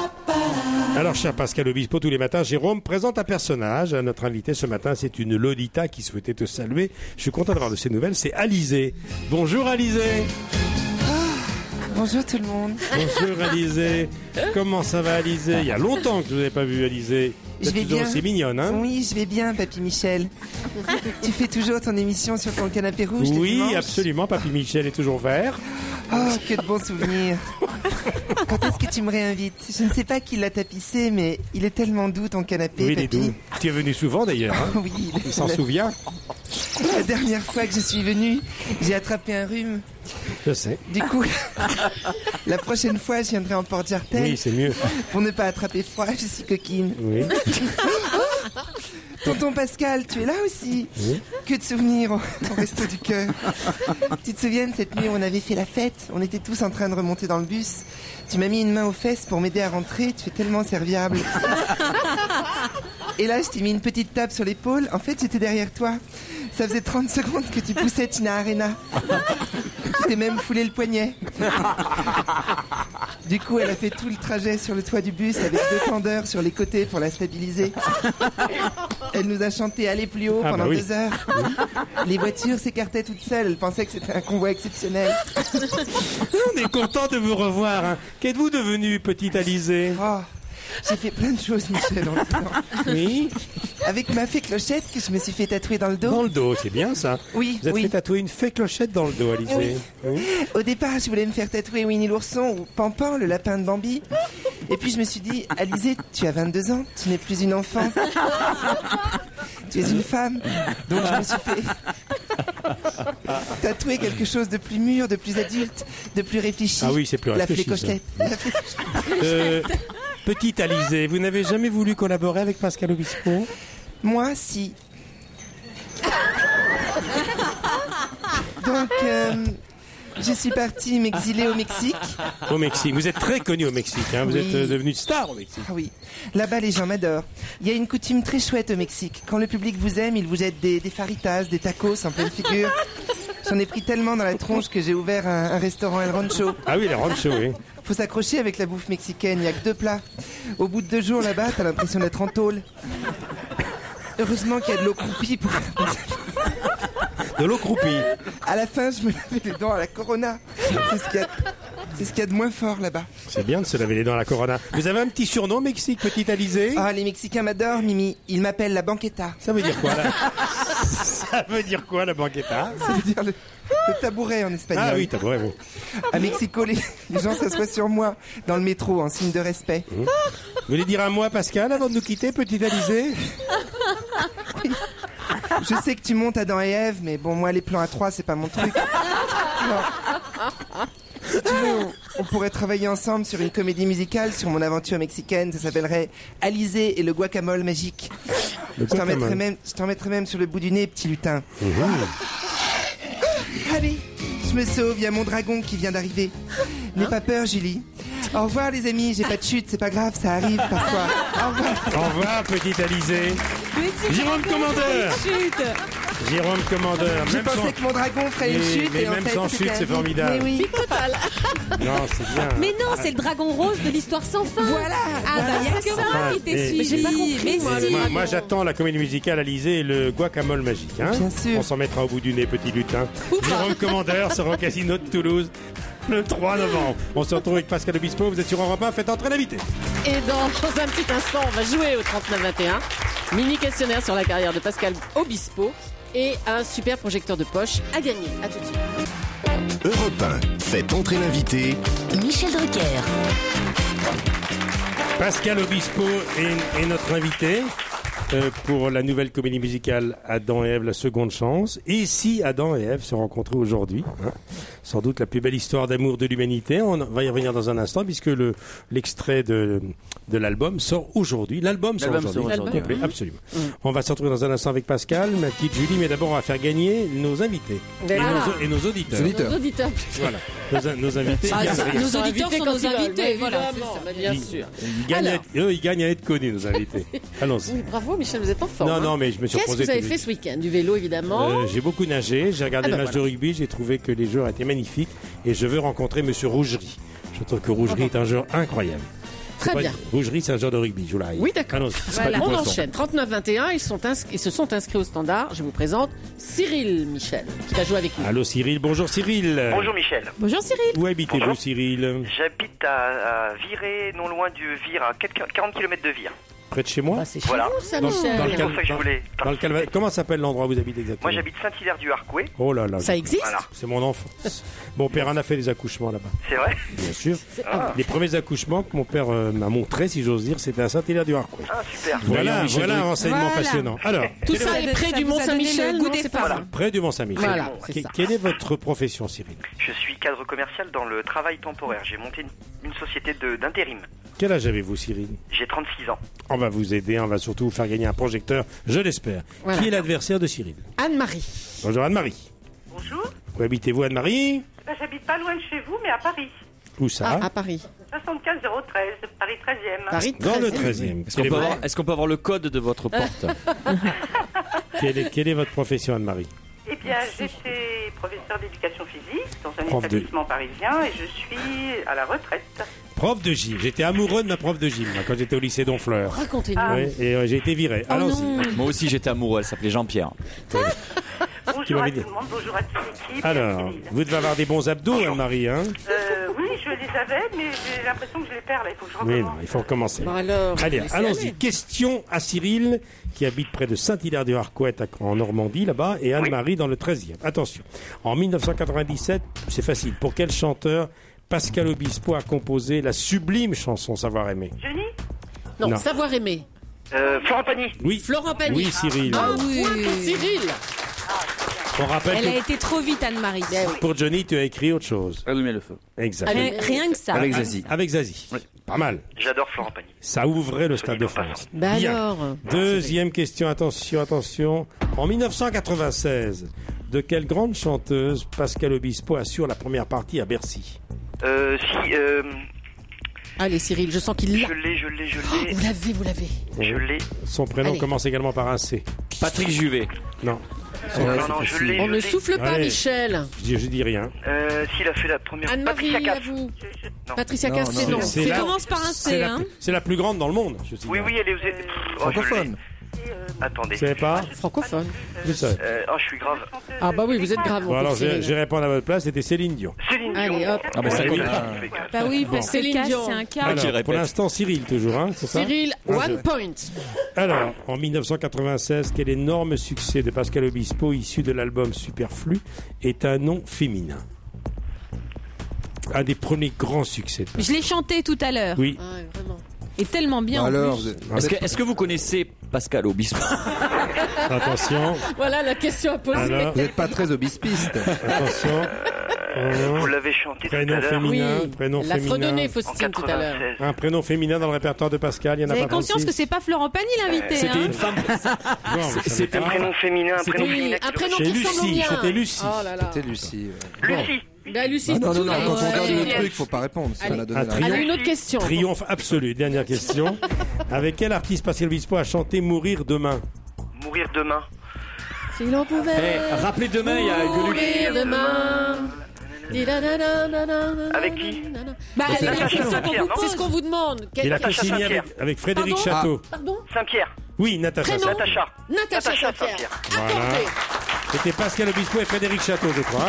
Speaker 3: Alors, cher Pascal Obispo, tous les matins, Jérôme présente un personnage. à Notre invité ce matin, c'est une Lolita qui souhaitait te saluer. Je suis content d'avoir de ses nouvelles. C'est Alizé. Bonjour Alizé.
Speaker 12: Ah, Bonjour tout le monde.
Speaker 3: Bonjour Alizé. Comment ça va Alizé Il y a longtemps que je ne vous ai pas vu Alizé.
Speaker 12: Je vais
Speaker 3: toujours
Speaker 12: bien.
Speaker 3: aussi mignonne, hein
Speaker 12: Oui, je vais bien, papy Michel. tu fais toujours ton émission sur ton canapé rouge le
Speaker 3: Oui,
Speaker 12: dimanche
Speaker 3: absolument. Papy Michel est toujours vert.
Speaker 12: Oh, que de bons souvenirs. Quand est-ce que tu me réinvites Je ne sais pas qui l'a tapissé, mais il est tellement doux ton canapé,
Speaker 3: Oui, il est
Speaker 12: papy.
Speaker 3: doux. Tu es venu souvent d'ailleurs. hein
Speaker 12: Oui,
Speaker 3: Il s'en
Speaker 12: la-
Speaker 3: souvient.
Speaker 12: La dernière fois que je suis venue, j'ai attrapé un rhume
Speaker 3: Je sais.
Speaker 12: Du coup, la prochaine fois, je viendrai en porte-jartel.
Speaker 3: Oui, c'est mieux.
Speaker 12: Pour ne pas attraper froid, je suis coquine.
Speaker 3: Oui.
Speaker 12: Oh Tonton Pascal, tu es là aussi
Speaker 3: Oui.
Speaker 12: Que de souvenirs au, au resto du cœur. tu te souviens de cette nuit où on avait fait la fête On était tous en train de remonter dans le bus. Tu m'as mis une main aux fesses pour m'aider à rentrer. Tu es tellement serviable. Et là, je t'ai mis une petite tape sur l'épaule. En fait, j'étais derrière toi. Ça faisait 30 secondes que tu poussais Tina Arena. Tu t'es même foulé le poignet. Du coup, elle a fait tout le trajet sur le toit du bus avec deux tendeurs sur les côtés pour la stabiliser. Elle nous a chanté Aller plus haut
Speaker 14: Ah,
Speaker 12: pendant
Speaker 14: bah oui.
Speaker 12: deux heures. Les voitures s'écartaient toutes seules. Elle pensait que c'était un convoi exceptionnel.
Speaker 3: On est content de vous revoir. hein. Qu'êtes-vous devenu, petite Alizée
Speaker 12: Oh, J'ai fait plein de choses, Michel, en même temps.
Speaker 3: Oui.
Speaker 12: Avec ma fée clochette que je me suis fait tatouer dans le dos.
Speaker 3: Dans le dos, c'est bien ça.
Speaker 12: Oui,
Speaker 3: Vous êtes
Speaker 12: oui.
Speaker 3: fait tatouer une fée clochette dans le dos, Alizée.
Speaker 12: Oui. Au départ, je voulais me faire tatouer Winnie l'ourson ou Pampan, le lapin de Bambi. Et puis je me suis dit, Alizé, tu as 22 ans, tu n'es plus une enfant. Tu es une femme. Donc je me suis fait tatouer quelque chose de plus mûr, de plus adulte, de plus réfléchi.
Speaker 3: Ah oui, c'est plus réfléchi,
Speaker 12: La
Speaker 3: ça.
Speaker 12: flécochette. La flécochette.
Speaker 3: Euh, petite Alizée, vous n'avez jamais voulu collaborer avec Pascal Obispo
Speaker 12: Moi, si. Donc, euh, je suis partie m'exiler au Mexique.
Speaker 3: Au Mexique. Vous êtes très connu au Mexique. hein. Vous
Speaker 12: Oui.
Speaker 3: êtes euh, devenu star au Mexique.
Speaker 12: Ah oui, là-bas les gens m'adorent. Il y a une coutume très chouette au Mexique. Quand le public vous aime, il vous jette des, des faritas, des tacos en pleine figure. J'en ai pris tellement dans la tronche que j'ai ouvert un, un restaurant El Rancho.
Speaker 3: Ah oui, les ranchos, oui.
Speaker 12: Faut s'accrocher avec la bouffe mexicaine, il y a que deux plats. Au bout de deux jours là-bas, t'as l'impression d'être en tôle. Heureusement qu'il y a de l'eau croupie pour...
Speaker 3: De l'eau croupie.
Speaker 12: À la fin, je me lavais les dents à la Corona. C'est ce qu'il y a- c'est ce qu'il y a de moins fort là-bas.
Speaker 3: C'est bien de se laver les dents à la Corona. Vous avez un petit surnom au Mexique, petite Alizée
Speaker 12: Ah, les Mexicains m'adorent, Mimi. Ils m'appellent la banqueta.
Speaker 3: Ça veut dire quoi, là Ça veut dire quoi, la banqueta
Speaker 12: Ça veut dire le, le tabouret en espagnol.
Speaker 3: Ah oui, t'as vrai, vous.
Speaker 12: À Mexico, les, les gens s'assoient sur moi dans le métro en signe de respect.
Speaker 3: Vous voulez dire un mot à Pascal avant de nous quitter, petite Alizée
Speaker 12: Je sais que tu montes à Dan et Ève, mais bon, moi, les plans à trois, c'est pas mon truc. Non. Si tu veux, on, on pourrait travailler ensemble sur une comédie musicale sur mon aventure mexicaine. Ça s'appellerait Alizé et le guacamole magique.
Speaker 3: Le
Speaker 12: je t'en
Speaker 3: guacamole.
Speaker 12: mettrai même, je t'en mettrai même sur le bout du nez, petit lutin. Mhm. Allez, je me sauve, il y a mon dragon qui vient d'arriver.
Speaker 3: Hein
Speaker 12: N'aie pas peur, Julie. Au revoir, les amis, j'ai pas de chute, c'est pas grave, ça arrive parfois. Au revoir.
Speaker 3: Au revoir, petite Alizée. Jérôme Commandeur Jérôme Commandeur,
Speaker 12: J'ai
Speaker 3: même
Speaker 12: pensé
Speaker 3: sans-
Speaker 12: que mon dragon ferait une
Speaker 3: Mais-
Speaker 12: chute
Speaker 3: mais
Speaker 12: et en
Speaker 3: même
Speaker 12: fait,
Speaker 3: sans
Speaker 12: c'était
Speaker 3: chute,
Speaker 12: la
Speaker 3: c'est
Speaker 12: vie.
Speaker 3: formidable.
Speaker 12: Mais oui.
Speaker 6: Big total.
Speaker 3: Non, c'est bien.
Speaker 6: Mais non, c'est le dragon rose de l'histoire sans fin. Voilà. Ah bah il y a que moi qui t'ai
Speaker 3: Mais-
Speaker 6: suivi.
Speaker 3: Mais j'ai pas
Speaker 6: Mais
Speaker 3: Moi,
Speaker 6: si.
Speaker 3: moi, moi, j'attends la comédie musicale Alizée et le guacamole magique. hein.
Speaker 12: Bien sûr.
Speaker 3: On s'en mettra au bout du nez, petit lutin. Jérôme Commandeur sera au casino de Toulouse le 3 novembre. On se retrouve avec Pascal Obispo. Vous êtes sur Europe 1. Faites entrer l'invité.
Speaker 7: Et dans, dans un petit instant, on va jouer au 39-21. Mini questionnaire sur la carrière de Pascal Obispo et un super projecteur de poche à gagner. À tout de suite.
Speaker 13: Europe 1, faites entrer l'invité
Speaker 1: Michel Drucker.
Speaker 3: Pascal Obispo est, est notre invité euh, pour la nouvelle comédie musicale Adam et Ève, la seconde chance. Et si Adam et Ève se rencontraient aujourd'hui, hein, sans doute la plus belle histoire d'amour de l'humanité, on va y revenir dans un instant puisque le- l'extrait de, de l'album sort aujourd'hui. L'album sort
Speaker 8: L'album sort
Speaker 3: aujourd'hui.
Speaker 8: aujourd'hui, Mm.
Speaker 3: Complet,
Speaker 8: ouais.
Speaker 3: Absolument. On va se retrouver dans un instant avec Pascal, ma petite Julie, mais d'abord on va faire gagner nos invités et,
Speaker 7: Ah.
Speaker 3: nos, et nos auditeurs.
Speaker 7: Nos auditeurs.
Speaker 3: Voilà, nos, nos invités.
Speaker 7: Ah,
Speaker 3: ils gagnent
Speaker 7: c'est-
Speaker 3: rien.
Speaker 7: nos auditeurs sont
Speaker 2: quand
Speaker 7: nos
Speaker 2: ils veulent,
Speaker 7: invités,
Speaker 2: mais
Speaker 7: voilà,
Speaker 2: évidemment,
Speaker 7: c'est ça, bien
Speaker 3: Ils-
Speaker 7: sûr.
Speaker 3: Ils gagnent, à
Speaker 7: Alors.
Speaker 3: être, eux, ils gagnent à être connus, nos invités. Allons-y.
Speaker 7: Oui, Bravo Michel, vous êtes en forme.
Speaker 3: Non,
Speaker 7: hein.
Speaker 3: non, mais je me suis
Speaker 7: Qu'est-ce que
Speaker 3: reposé
Speaker 7: vous avez
Speaker 3: tout
Speaker 7: fait
Speaker 3: de
Speaker 7: ce week-end Du vélo, évidemment.
Speaker 3: Euh, j'ai beaucoup nagé, j'ai regardé
Speaker 7: Ah
Speaker 3: le
Speaker 7: ben
Speaker 3: match de rugby, j'ai trouvé que les joueurs étaient magnifiques et je veux rencontrer Monsieur Rougerie. Je trouve que Rougerie est un joueur incroyable. C'est
Speaker 7: Ah Très
Speaker 3: pas-
Speaker 7: bien.
Speaker 3: Rougerie, c'est un joueur de rugby, je vous l'arrive.
Speaker 7: Oui, d'accord.
Speaker 3: Allons-y, Ah c'est pas
Speaker 7: Voilà,
Speaker 3: du
Speaker 7: on
Speaker 3: poisson.
Speaker 7: enchaîne. 39-21, ils, sont ins- ils se sont inscrits au standard. Je vous présente Cyril Michel, qui va jouer avec nous.
Speaker 3: Allô Cyril, bonjour Cyril.
Speaker 15: Bonjour Michel.
Speaker 7: Bonjour Cyril.
Speaker 3: Où habitez-vous
Speaker 15: Bonjour.
Speaker 3: Cyril
Speaker 15: J'habite à, à Viré, non loin du Vire, à quelques- 40 km de Vire.
Speaker 3: près de chez moi.
Speaker 7: Ah, Bah, c'est
Speaker 14: chez Voilà. nous, ça,
Speaker 3: dans,
Speaker 14: Michel.
Speaker 3: dans le
Speaker 14: C'est
Speaker 3: calme-
Speaker 14: pour ça que je
Speaker 3: dans-
Speaker 14: voulais
Speaker 3: dans le calme- Comment s'appelle l'endroit où vous habitez
Speaker 14: Moi,
Speaker 3: exactement
Speaker 14: j'habite Saint-Hilaire-du-Harcouët.
Speaker 3: Oh là là.
Speaker 14: Ça
Speaker 3: j'ai-
Speaker 14: existe Voilà.
Speaker 3: C'est mon enfance. Mon père en a fait des accouchements là-bas.
Speaker 14: C'est vrai
Speaker 3: Bien sûr.
Speaker 14: C'est- ah.
Speaker 3: Les premiers accouchements que mon père euh, m'a montré, si j'ose dire, c'était à Saint-Hilaire-du-Harcouët.
Speaker 14: Ah, super.
Speaker 3: Voilà,
Speaker 14: Voyons, Michel
Speaker 3: voilà un
Speaker 14: Druc.
Speaker 3: renseignement
Speaker 14: Voilà.
Speaker 3: passionnant. Alors,
Speaker 7: Tout
Speaker 3: quel est
Speaker 7: ça
Speaker 3: votre-
Speaker 7: est près
Speaker 6: ça
Speaker 7: du
Speaker 6: vous a
Speaker 7: Mont
Speaker 6: donné
Speaker 7: Saint-Michel,
Speaker 6: le goût
Speaker 7: non,
Speaker 6: des
Speaker 7: c'est
Speaker 6: femmes.
Speaker 7: pas ça.
Speaker 3: Près du Mont-Saint-Michel.
Speaker 7: Voilà,
Speaker 3: Que-
Speaker 7: c'est ça.
Speaker 3: Quelle est votre profession, Cyril
Speaker 14: Je suis cadre commercial dans le travail temporaire. J'ai monté une, une société de- d'intérim.
Speaker 3: Quel âge avez-vous, Cyril
Speaker 14: J'ai 36 ans.
Speaker 3: On va vous aider, on va surtout vous faire gagner un projecteur, je l'espère.
Speaker 14: Voilà.
Speaker 3: Qui est l'adversaire de Cyril
Speaker 7: Anne-Marie.
Speaker 3: Bonjour Anne-Marie.
Speaker 15: Bonjour.
Speaker 3: Où habitez-vous Anne-Marie
Speaker 15: Ben, J'habite pas loin de chez vous, mais à Paris.
Speaker 3: Où
Speaker 14: Ah,
Speaker 3: ça
Speaker 7: À Paris.
Speaker 15: 75 013, Paris 13e.
Speaker 3: Ah, Dans le 13e.
Speaker 4: Est-ce qu'on peut, avoir- est-ce qu'on peut avoir le code de votre porte
Speaker 3: Quelle est, quelle est votre profession, Anne-Marie
Speaker 15: Eh bien, j'étais professeur d'éducation physique dans un
Speaker 3: Prof de- Ah,
Speaker 15: établissement parisien et je suis à la retraite.
Speaker 3: Prof de gym. J'étais amoureux de ma prof de gym moi, quand j'étais au lycée d'Honfleur.
Speaker 15: Racontez-nous.
Speaker 6: Ah.
Speaker 3: Ouais, et euh, j'ai été viré.
Speaker 15: Oh non.
Speaker 4: Moi aussi, j'étais amoureux. Elle s'appelait Jean-Pierre.
Speaker 3: Tu
Speaker 15: Bonjour
Speaker 3: m'avais
Speaker 15: à
Speaker 3: dit.
Speaker 15: tout le monde, bonjour à toute l'équipe.
Speaker 3: Alors, vous devez avoir des bons abdos, Anne-Marie. Hein
Speaker 15: Euh, oui, je les avais, mais j'ai l'impression que je les perds là. Il faut que je
Speaker 3: oui,
Speaker 15: recommence.
Speaker 3: non, il faut recommencer.
Speaker 7: Oh
Speaker 15: Bon, alors,
Speaker 3: Allez,
Speaker 15: laissez aller.
Speaker 3: allons-y. Question à Cyril, qui habite près de Saint-Hilaire-du-Harcouët, à- en Normandie, là-bas, et Anne-Marie dans le 13e. Attention. En 1997, c'est facile. Pour quel chanteur Pascal Obispo a composé la sublime chanson Savoir aimer
Speaker 15: Johnny
Speaker 7: Non,
Speaker 3: Non.
Speaker 7: savoir aimer.
Speaker 14: Florent Pagny.
Speaker 3: Oui.
Speaker 7: Florent Pagny.
Speaker 3: Oui, Cyril.
Speaker 7: Un point pour Cyril.
Speaker 3: On rappelle
Speaker 6: Ah Elle a
Speaker 3: que
Speaker 6: été trop vite, Anne-Marie.
Speaker 3: pour Johnny, tu as écrit autre chose. Allumer le feu. Exact.
Speaker 6: Avec- rien que ça. Avec Zazie.
Speaker 3: Avec Zazie. Pas mal.
Speaker 14: J'adore Florent Pagny.
Speaker 3: Ça ouvrait le Stade de France.
Speaker 7: Bah
Speaker 3: Bien.
Speaker 7: alors.
Speaker 3: Deuxième question, attention, attention. En 1996, de quelle grande chanteuse Pascal Obispo assure la première partie à Bercy
Speaker 14: Euh, si, euh,
Speaker 7: Allez, Cyril, je sens qu'il l'a.
Speaker 14: je l'ai, je l'ai, je l'ai.
Speaker 7: Vous l'avez, vous l'avez.
Speaker 14: Je l'ai.
Speaker 3: Son prénom
Speaker 7: Allez.
Speaker 3: commence également par un C.
Speaker 4: Patrick Juvet.
Speaker 3: Non.
Speaker 14: Non, non, non, je l'ai. oh,
Speaker 7: On
Speaker 14: je
Speaker 7: ne
Speaker 14: l'ai.
Speaker 7: souffle pas,
Speaker 3: Allez.
Speaker 7: Michel.
Speaker 3: Je, dis- je dis rien.
Speaker 14: Euh, s'il a fait la première.
Speaker 7: Anne-Marie,
Speaker 14: Patricia
Speaker 7: à
Speaker 14: Cass.
Speaker 7: vous. Patricia
Speaker 14: Non, non,
Speaker 7: Cassé, non.
Speaker 14: non.
Speaker 3: C'est la- c'est la plus- C'est la plus grande dans le monde, je
Speaker 14: Oui, oui, elle est.
Speaker 15: Euh,
Speaker 14: aux- Pff, oh, je l'ai.
Speaker 3: Francophone.
Speaker 14: Attendez.
Speaker 3: Vous savez pas
Speaker 7: Francophone.
Speaker 3: Vous savez.
Speaker 14: Euh, oh, je suis grave.
Speaker 7: Ah bah oui, vous êtes grave.
Speaker 3: Bon, alors, j'ai j'ai répondu à votre place, c'était Céline Dion.
Speaker 14: Céline
Speaker 7: Allez,
Speaker 14: Dion.
Speaker 7: hop.
Speaker 3: Ah, bah, ça compte.
Speaker 6: Bah oui, parce que
Speaker 7: Céline
Speaker 6: le cas,
Speaker 7: Dion.
Speaker 6: c'est un cas.
Speaker 3: Alors, pour l'instant, Cyril, toujours, hein, c'est ça
Speaker 7: Cyril,
Speaker 3: Ah,
Speaker 7: one
Speaker 3: je-
Speaker 7: point.
Speaker 3: Alors, en 1996, quel énorme succès de Pascal Obispo, issu de l'album Superflu, est un nom féminin Un des premiers grands succès. de Pascal.
Speaker 6: Je l'ai chanté tout à l'heure.
Speaker 3: Oui.
Speaker 6: Et tellement bien. en plus.
Speaker 4: Est-ce que, est-ce que vous connaissez Pascal Obispo
Speaker 3: Attention.
Speaker 7: Voilà la question à poser.
Speaker 3: Alors,
Speaker 5: n'êtes pas très obispiste.
Speaker 3: Attention.
Speaker 14: Vous l'avez chanté tout à
Speaker 3: Prénom
Speaker 14: l'heure.
Speaker 3: féminin, prénom
Speaker 7: l'a
Speaker 3: féminin.
Speaker 7: fredonné, Faustine,
Speaker 14: En
Speaker 7: tout à l'heure.
Speaker 14: 96.
Speaker 3: Un prénom féminin dans le répertoire de Pascal, il y en
Speaker 6: Vous
Speaker 3: a
Speaker 6: avez
Speaker 3: pas
Speaker 6: conscience que
Speaker 3: 36.
Speaker 6: c'est pas Florent Pagny l'invité.
Speaker 3: C'était
Speaker 6: hein
Speaker 3: une femme. Non, mais ça
Speaker 14: C'était un
Speaker 3: m'étonne.
Speaker 14: prénom féminin, un
Speaker 3: C'était-
Speaker 14: prénom
Speaker 3: Oui,
Speaker 14: féminin.
Speaker 7: un prénom
Speaker 3: Chez
Speaker 7: qui ressemble au
Speaker 3: Lucie,
Speaker 7: mien.
Speaker 3: c'était Lucie.
Speaker 7: Oh là là.
Speaker 5: C'était Lucie.
Speaker 14: Lucie.
Speaker 7: Bah, Lucie,
Speaker 5: Ah non,
Speaker 7: c'est
Speaker 5: non,
Speaker 7: tout
Speaker 5: non,
Speaker 7: à
Speaker 5: quand
Speaker 7: fait.
Speaker 5: on regarde le
Speaker 7: Cyril.
Speaker 5: truc, faut pas répondre. parce qu'on a donné
Speaker 3: Un
Speaker 5: la
Speaker 3: triomphe.
Speaker 7: Allez, une autre question.
Speaker 3: Triomphe absolu. Dernière question. Avec quelle artiste Pascal Obispo a chanté Mourir demain
Speaker 14: Mourir demain.
Speaker 7: S'il en pouvait.
Speaker 5: Eh,
Speaker 4: Eh, rappelez demain, il y a
Speaker 7: Mourir demain.
Speaker 14: Avec qui
Speaker 7: Bah,
Speaker 14: C'est
Speaker 7: c'est la
Speaker 14: Natacha
Speaker 7: question qu'on vous
Speaker 14: Saint-Pierre, non
Speaker 7: pose. C'est ce qu'on vous demande. Quel-
Speaker 3: Il a signé avec, avec Frédéric
Speaker 7: Pardon
Speaker 3: Château.
Speaker 7: Pardon
Speaker 14: Saint-Pierre.
Speaker 3: Oui, Natacha.
Speaker 7: Prénom
Speaker 3: Saint-Pierre.
Speaker 14: Ah. Natacha.
Speaker 7: Natacha
Speaker 14: Natacha
Speaker 7: Saint-Pierre.
Speaker 3: Voilà. C'était Pascal Obispo et Frédéric Château, je crois.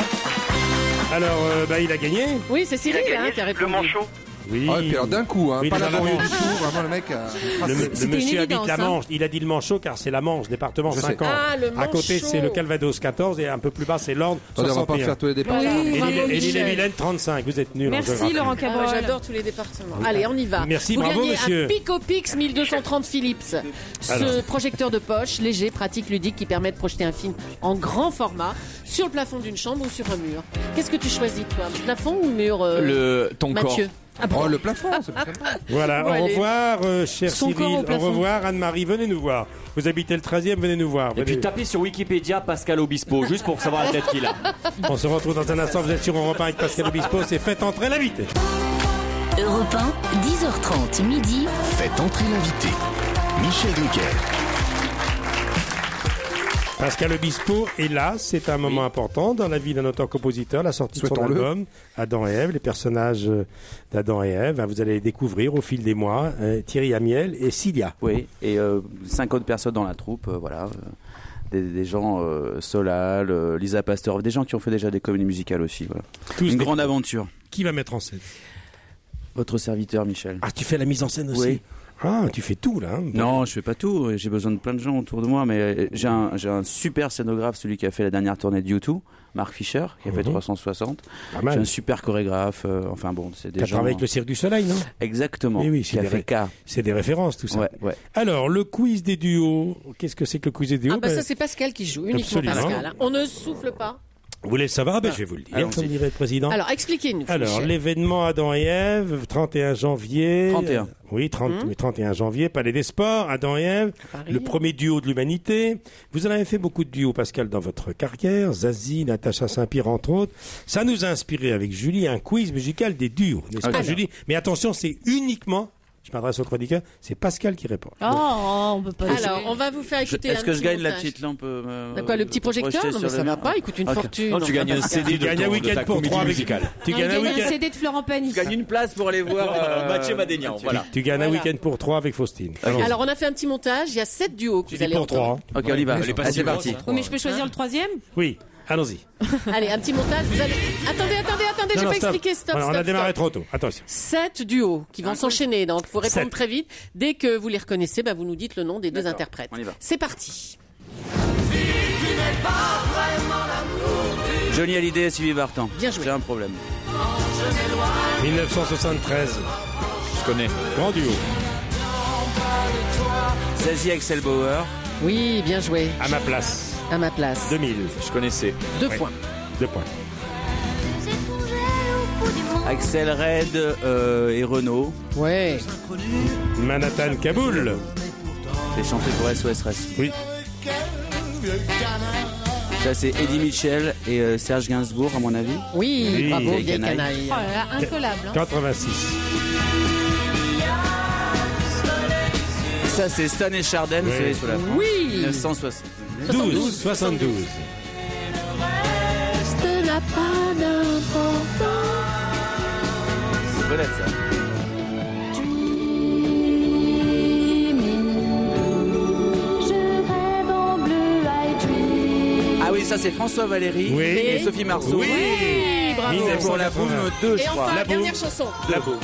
Speaker 3: Alors, euh, bah, il a gagné.
Speaker 7: Oui, c'est Cyril hein, qui a répondu.
Speaker 3: Oui.
Speaker 5: Ah, et puis alors d'un coup, hein,
Speaker 3: Oui,
Speaker 5: pas
Speaker 3: dans la
Speaker 5: laborieux
Speaker 3: Manche.
Speaker 5: du tout, vraiment le mec euh, ah, a.
Speaker 3: Le, le
Speaker 5: C'était une
Speaker 3: monsieur habite
Speaker 5: évidence,
Speaker 3: la
Speaker 5: hein.
Speaker 3: Manche. Il a dit le Manchot car c'est la Manche, département
Speaker 5: Je sais.
Speaker 3: 50.
Speaker 7: Ah, le
Speaker 3: à côté,
Speaker 7: Manchot.
Speaker 3: c'est le Calvados 14 et un peu plus bas, c'est l'Ordre
Speaker 5: Attendez,
Speaker 3: 61.
Speaker 5: Oh, on va pas faire tous les départements.
Speaker 7: Voilà.
Speaker 3: Et
Speaker 7: Bravo,
Speaker 3: l'Ille- et
Speaker 7: Michel.
Speaker 3: l'Ille-et-Vilaine 35. Vous êtes nuls. en géographie.
Speaker 7: Ah, moi, J'adore tous les départements. Allez, on y va.
Speaker 3: Merci,
Speaker 7: Vous
Speaker 3: bravo,
Speaker 7: gagnez
Speaker 3: monsieur.
Speaker 7: un Picopix 1230 Philips. Ce
Speaker 3: Alors.
Speaker 7: projecteur de poche, léger, pratique, ludique, qui permet de projeter un film en grand format sur le plafond d'une chambre ou sur un mur. Qu'est-ce que tu choisis, toi Plafond ou mur euh,
Speaker 4: Le ton
Speaker 7: Mathieu.
Speaker 4: corps.
Speaker 5: Oh, le plafond, c'est pas sympa.
Speaker 3: Voilà,
Speaker 7: Bon,
Speaker 3: au
Speaker 7: allez.
Speaker 3: revoir, euh, cher
Speaker 7: Son corps au
Speaker 3: Cyril. Au
Speaker 7: plafond.
Speaker 3: revoir, Anne-Marie. Venez nous voir. Vous habitez le 13e, venez nous voir.
Speaker 4: Et puis
Speaker 3: Venez-
Speaker 4: tapez sur Wikipédia Pascal Obispo, juste pour savoir la tête qu'il a.
Speaker 3: On se retrouve dans un instant. Vous êtes sur Europe 1 avec Pascal Obispo. C'est Faites entrer l'invité.
Speaker 1: Europe 1, 10h30 midi.
Speaker 13: Faites entrer l'invité. Michel Drucker.
Speaker 3: Pascal Obispo est là, c'est un moment important dans la vie d'un auteur-compositeur, la sortie de son
Speaker 5: Souhaitons-le.
Speaker 3: album, Adam et Ève, les personnages euh, d'Adam et Ève, hein, vous allez les découvrir au fil des mois, euh, Thierry Amiel et Cilia.
Speaker 8: Oui, et euh, cinq autres personnes dans la troupe, euh, voilà. euh, Des, des gens, euh, Solal, euh, Lisa Pasteur, des gens qui ont fait déjà des comédies musicales aussi. Voilà. Une grande aventure.
Speaker 3: Qui va mettre en scène
Speaker 8: Votre serviteur, Michel.
Speaker 3: Ah, tu fais la mise en scène aussi
Speaker 8: Oui.
Speaker 3: Ah, tu fais tout là. hein.
Speaker 8: Non, je fais pas tout. J'ai besoin de plein de gens autour de moi, mais euh, j'ai un, j'ai un super scénographe, celui qui a fait la dernière tournée de U2, Marc Fischer, qui a fait
Speaker 3: Mhm.
Speaker 8: 360.
Speaker 3: Pas mal.
Speaker 8: J'ai un super chorégraphe. euh, enfin bon, c'est des
Speaker 3: T'as
Speaker 8: gens.
Speaker 3: travaillé avec le Cirque du Soleil, non
Speaker 8: Exactement.
Speaker 3: Eh oui,
Speaker 8: qui
Speaker 3: c'est
Speaker 8: a
Speaker 3: des,
Speaker 8: fait
Speaker 3: ré- c'est des références, tout ça.
Speaker 8: Ouais, ouais.
Speaker 3: Alors, le quiz des duos. Qu'est-ce que c'est que le quiz des duos
Speaker 7: Ah bah
Speaker 3: Ben,
Speaker 7: ça c'est Pascal qui joue, uniquement
Speaker 3: Absolument.
Speaker 7: Pascal. hein. On ne souffle pas.
Speaker 3: Vous voulez le savoir Ben, Je vais vous le dire,
Speaker 7: Allons-y.
Speaker 3: comme dirait le président.
Speaker 7: Ah. Alors expliquez-nous.
Speaker 3: Alors,
Speaker 7: Michel.
Speaker 3: l'événement Adam et Ève, 31 janvier.
Speaker 8: 31.
Speaker 3: Oui, 30, oui, 31 janvier, Palais des Sports, Adam et Ève, le premier duo de l'humanité. Vous en avez fait beaucoup de duos, Pascal, dans votre carrière. Zazie, Natacha Saint-Pierre, entre autres. Ça nous a inspiré avec Julie un quiz musical des duos, n'est-ce
Speaker 8: Ah,
Speaker 3: pas,
Speaker 8: bien.
Speaker 3: Julie Mais attention, c'est uniquement, je m'adresse au chroniqueur, c'est Pascal qui répond.
Speaker 6: Oh, on peut pas.
Speaker 7: Alors on va vous faire
Speaker 8: Je-
Speaker 7: écouter. un
Speaker 8: Est-ce que je
Speaker 7: petit
Speaker 8: gagne la
Speaker 7: montage.
Speaker 8: petite lampe euh,
Speaker 7: De Bah quoi, le petit projecteur
Speaker 8: projetée
Speaker 7: Non,
Speaker 8: sur
Speaker 7: mais
Speaker 8: le
Speaker 7: ça va
Speaker 8: mur
Speaker 7: pas, il coûte une
Speaker 8: Ok.
Speaker 7: fortune, Non, tu enfin. gagnes un CD
Speaker 3: Tu
Speaker 7: de
Speaker 3: gagnes
Speaker 7: ton-
Speaker 3: un
Speaker 7: de
Speaker 3: week-end
Speaker 7: ta
Speaker 3: pour
Speaker 7: comédie
Speaker 3: trois avec-
Speaker 7: musicale.
Speaker 3: Tu
Speaker 6: Non,
Speaker 3: gagnes
Speaker 6: il
Speaker 3: un
Speaker 6: gagne un
Speaker 3: week-end.
Speaker 6: CD de Florent Pagny.
Speaker 8: une place pour aller voir
Speaker 4: euh, Mathieu Madénian. Voilà.
Speaker 3: Tu gagnes
Speaker 7: Voilà.
Speaker 3: un week-end pour trois avec Faustine.
Speaker 7: Alors on a fait un petit montage, il y a sept duos que vous allez
Speaker 3: pour trois.
Speaker 7: entendre.
Speaker 3: hein.
Speaker 8: Ok, on y va.
Speaker 3: Elle est pas
Speaker 8: Ah,
Speaker 3: si
Speaker 8: c'est
Speaker 3: grosse,
Speaker 8: parti.
Speaker 3: hein.
Speaker 6: Oh, mais je peux choisir le troisième
Speaker 3: Oui, allons-y.
Speaker 7: Allez, un petit montage, vous allez... Attendez, attendez, attendez,
Speaker 3: Non,
Speaker 7: j'ai
Speaker 3: non,
Speaker 7: pas
Speaker 3: stop.
Speaker 7: expliqué, stop,
Speaker 3: Voilà,
Speaker 7: stop,
Speaker 3: on a démarré
Speaker 7: stop.
Speaker 3: trop tôt. Attention.
Speaker 7: Sept duos qui vont s'enchaîner, donc faut répondre
Speaker 3: Sept.
Speaker 7: très vite. Dès que vous les reconnaissez, bah, vous nous dites le nom des deux interprètes. C'est parti.
Speaker 8: Johnny Hallyday et Sylvie Vartan.
Speaker 7: Bien joué.
Speaker 8: J'ai un problème.
Speaker 3: 1973.
Speaker 8: Je connais.
Speaker 3: Grand duo.
Speaker 8: Zazie Axel Bauer.
Speaker 7: Oui, bien joué.
Speaker 3: À ma place.
Speaker 7: À ma place.
Speaker 3: 2000.
Speaker 8: Je connaissais.
Speaker 7: Deux points.
Speaker 3: Deux points.
Speaker 8: Axel Red euh, et Renault.
Speaker 7: Ouais.
Speaker 3: Manhattan Kaboul.
Speaker 8: J'ai chanté pour SOS Racing.
Speaker 3: Oui.
Speaker 8: Ça, c'est Eddie Mitchell et euh, Serge Gainsbourg, à mon avis.
Speaker 7: Oui,
Speaker 8: Oui.
Speaker 7: bravo,
Speaker 8: Vieille
Speaker 7: vieille
Speaker 8: canaille.
Speaker 7: canaille.
Speaker 6: Oh là là, incollable. hein.
Speaker 3: 86.
Speaker 8: Ça, c'est Stan et Chardin,
Speaker 3: Oui.
Speaker 8: c'est sur la France.
Speaker 7: Oui.
Speaker 8: 1960.
Speaker 3: 12. 72.
Speaker 7: Reste n'a pas d'importance.
Speaker 8: C'est peut-être ça. Ah oui, ça, c'est François Valéry
Speaker 3: Oui.
Speaker 8: et Sophie Marceau. Ah,
Speaker 7: Oui, bravo.
Speaker 8: C'est pour la boum 2, je
Speaker 7: Et
Speaker 8: crois.
Speaker 7: enfin, dernière chanson.
Speaker 8: La boum.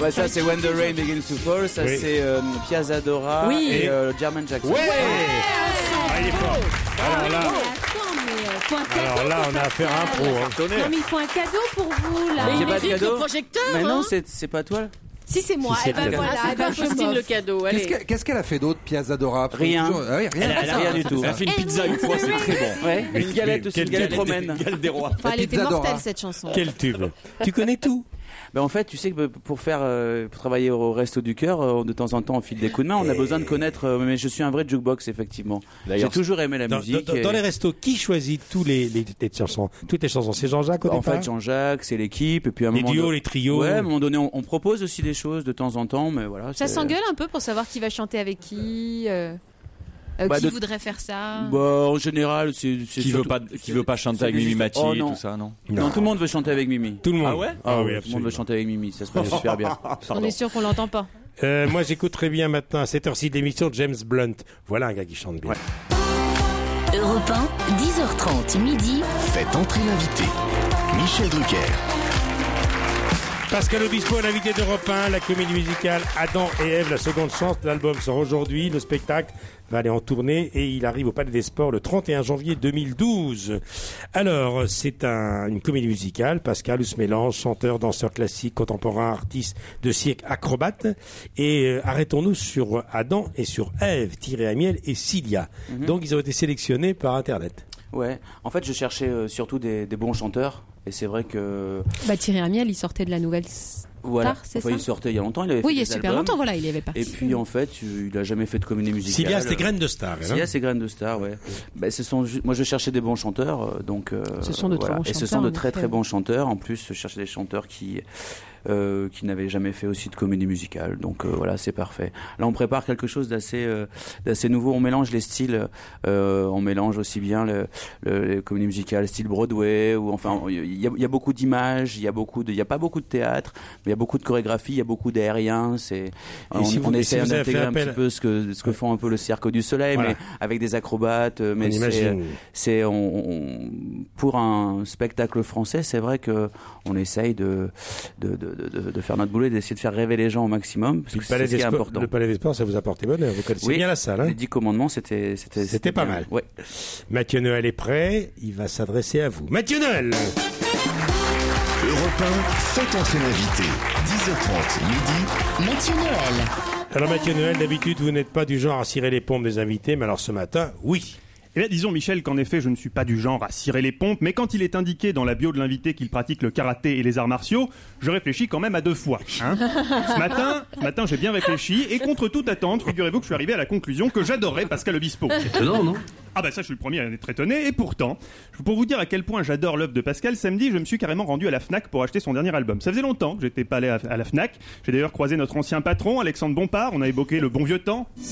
Speaker 8: Ouais, ça c'est When the Rain Begins to Fall, ça
Speaker 3: Oui.
Speaker 8: c'est euh, Piazza Dora
Speaker 7: Oui.
Speaker 8: et euh, German Jackson.
Speaker 3: Ah, il est fort. Alors
Speaker 6: Ah,
Speaker 3: là,
Speaker 6: Attends, mais euh, faut un cadeau.
Speaker 3: alors là, on a affaire à un pro. hein.
Speaker 6: Non, mais il faut un cadeau pour vous, là.
Speaker 8: Mais j'ai
Speaker 7: Il
Speaker 8: pas de
Speaker 7: mérite
Speaker 8: cadeau.
Speaker 7: le projecteur.
Speaker 8: Mais
Speaker 7: hein.
Speaker 8: non, c'est c'est pas toi. là.
Speaker 6: Si c'est moi,
Speaker 3: Si, c'est
Speaker 6: eh ben
Speaker 3: le cadeau.
Speaker 6: voilà,
Speaker 7: Ah, c'est
Speaker 6: eh ben,
Speaker 7: pas
Speaker 6: je
Speaker 7: Faustine
Speaker 6: m'offre.
Speaker 7: le cadeau.
Speaker 5: Qu'est-ce
Speaker 7: Allez.
Speaker 5: que- qu'est-ce qu'elle a fait d'autre, Piazza Dora après
Speaker 8: Rien.
Speaker 5: toujours Ah oui,
Speaker 8: Elle
Speaker 5: rien.
Speaker 8: a rien du tout.
Speaker 4: Elle a fait une pizza une fois, c'est très bon.
Speaker 8: Ouais. Une galette aussi,
Speaker 3: quel-
Speaker 8: une galette
Speaker 3: quel-
Speaker 8: romaine.
Speaker 4: Galette des rois.
Speaker 6: Enfin, elle était
Speaker 5: Pizza Dora.
Speaker 12: hein.
Speaker 6: mortelle, cette chanson.
Speaker 3: Quel tube. Tu connais tout.
Speaker 8: Ben en fait, tu sais que pour faire euh, pour travailler au resto du cœur, euh, de temps en temps, on file des coups de main. On a besoin de connaître. euh, mais je suis un vrai jukebox, effectivement. J'ai
Speaker 4: D'ailleurs,
Speaker 8: toujours aimé la
Speaker 3: Dans,
Speaker 8: musique.
Speaker 3: dans- dans-
Speaker 8: et-
Speaker 3: dans les restos, qui choisit tous les, les- les chansons Toutes les chansons. C'est Jean-Jacques au
Speaker 8: en
Speaker 3: départ
Speaker 8: fait, Jean-Jacques, c'est l'équipe, et puis à un
Speaker 3: Les
Speaker 8: moment
Speaker 3: duos,
Speaker 8: don-
Speaker 3: les trios.
Speaker 8: Ouais, à un moment donné, on, on propose aussi des choses de temps en temps, mais voilà.
Speaker 6: Ça
Speaker 8: c'est-
Speaker 6: s'engueule un peu pour savoir qui va chanter avec qui, euh, euh,
Speaker 8: Bah,
Speaker 6: qui
Speaker 8: de-
Speaker 6: voudrait faire ça.
Speaker 8: Bah, en général, c'est c'est
Speaker 4: Qui veut
Speaker 8: surtout-
Speaker 4: pas, qui veut pas chanter
Speaker 8: c'est
Speaker 4: avec
Speaker 8: des
Speaker 4: Mimi
Speaker 8: histoires-
Speaker 4: Mathy
Speaker 8: Oh,
Speaker 4: et
Speaker 8: non.
Speaker 4: tout ça, non
Speaker 8: Non, tout le monde veut chanter avec Mimi.
Speaker 3: Tout le monde.
Speaker 4: Ah ouais
Speaker 8: tout
Speaker 3: Ah oui,
Speaker 8: le monde veut
Speaker 3: absolument.
Speaker 8: chanter avec Mimi, ça se passe super bien.
Speaker 6: On est sûr qu'on l'entend pas.
Speaker 3: Euh, moi, j'écoute très bien maintenant à cette heure-ci de l'émission James Blunt. Voilà un gars qui chante bien.
Speaker 1: Europe 1, 10h30 midi.
Speaker 13: Faites entrer l'invité. Michel Drucker.
Speaker 3: Pascal Obispo à l'invité d'Europe 1, la comédie musicale Adam et Ève, la seconde chance. L'album sort aujourd'hui, le spectacle va aller en tournée et il arrive au Palais des Sports le 31 janvier 2012. Alors, c'est un- une comédie musicale. Pascal, où se mélange chanteur, danseur classique, contemporain, artiste de cirque, acrobate. Et euh, arrêtons-nous sur Adam et sur Ève, Thierry Amiel et Cilia. Donc, ils ont été sélectionnés par Internet.
Speaker 8: Ouais. En fait, je cherchais euh, surtout des, des bons chanteurs, et c'est vrai que
Speaker 6: Bah, Thierry Amiel, il sortait de la nouvelle star,
Speaker 8: voilà.
Speaker 6: c'est
Speaker 8: Enfin,
Speaker 6: ça
Speaker 8: il sortait il y a longtemps, il avait fait
Speaker 6: Oui, il y a
Speaker 8: des
Speaker 6: super
Speaker 8: albums.
Speaker 6: longtemps, voilà, il y avait parti.
Speaker 8: Et puis en fait, euh, il a jamais fait de comédie musicale.
Speaker 3: Cilia, c'était graine de star. elle, hein.
Speaker 8: Cilia, c'est Graines de Star, ouais. Ben, ce sont ju- moi, je cherchais des bons chanteurs, euh, donc. euh,
Speaker 7: Ce sont de très bons
Speaker 8: Et ce
Speaker 7: chanteurs,
Speaker 8: sont de
Speaker 7: en
Speaker 8: très
Speaker 7: effet.
Speaker 8: très bons chanteurs. En plus, je cherchais des chanteurs qui euh, qui n'avaient jamais fait aussi de comédie musicale. Donc euh, voilà, c'est parfait. Là, on prépare quelque chose d'assez euh, d'assez nouveau. On mélange les styles. euh, on mélange aussi bien le, le les comédies musicales style Broadway ou enfin, il y a, il y a beaucoup d'images. Il y a beaucoup de, il y a pas beaucoup de théâtre, mais il y a beaucoup de chorégraphie. Il y a beaucoup d'aériens. C'est on,
Speaker 3: si vous-
Speaker 8: on
Speaker 3: et si
Speaker 8: essaie
Speaker 3: vous avez
Speaker 8: d'intégrer
Speaker 3: fait
Speaker 8: un petit
Speaker 3: appel-
Speaker 8: peu ce que ce que font un peu le Cirque du Soleil,
Speaker 3: Voilà.
Speaker 8: mais avec des acrobates. euh, Mais
Speaker 3: On
Speaker 8: c'est-
Speaker 3: imagine.
Speaker 8: c'est on, on- pour un spectacle français, c'est vrai que on essaye de de, de, de- de- de faire notre boulot et d'essayer de faire rêver les gens au maximum, parce que
Speaker 3: Palais
Speaker 8: c'est ce qui est
Speaker 3: des Sports-
Speaker 8: important.
Speaker 3: Le Palais des Sports, ça vous a porté bonheur. Vous connaissez
Speaker 8: Oui,
Speaker 3: bien la salle. hein.
Speaker 8: Les 10 commandements, c'était c'était
Speaker 3: C'était pas mal.
Speaker 4: Ah,
Speaker 3: Mathieu Noël est prêt. Il va s'adresser à vous. Mathieu Noël
Speaker 13: Europe 1, faites entrer l'invité. 10h30 midi, Mathieu Noël.
Speaker 3: Alors Mathieu Noël, d'habitude, vous n'êtes pas du genre à cirer les pompes des invités, mais alors ce matin, oui.
Speaker 16: Eh bien, disons, Michel, qu'en effet, je ne suis pas du genre à cirer les pompes, mais quand il est indiqué dans la bio de l'invité qu'il pratique le karaté et les arts martiaux, je réfléchis quand même à deux fois. hein. Ce matin, ce matin j'ai bien réfléchi, et contre toute attente, figurez-vous que je suis arrivé à la conclusion que j'adorais Pascal Obispo.
Speaker 17: Étonnant, non
Speaker 16: Ah bah ça, je suis le premier à en être étonné, et pourtant, je- pour vous dire à quel point j'adore l'œuvre de Pascal, samedi, je me suis carrément rendu à la FNAC pour acheter son dernier album. Ça faisait longtemps que j'étais pas allé à, à la FNAC, j'ai d'ailleurs croisé notre ancien patron, Alexandre Bompard, on a évoqué le bon vieux temps, oui.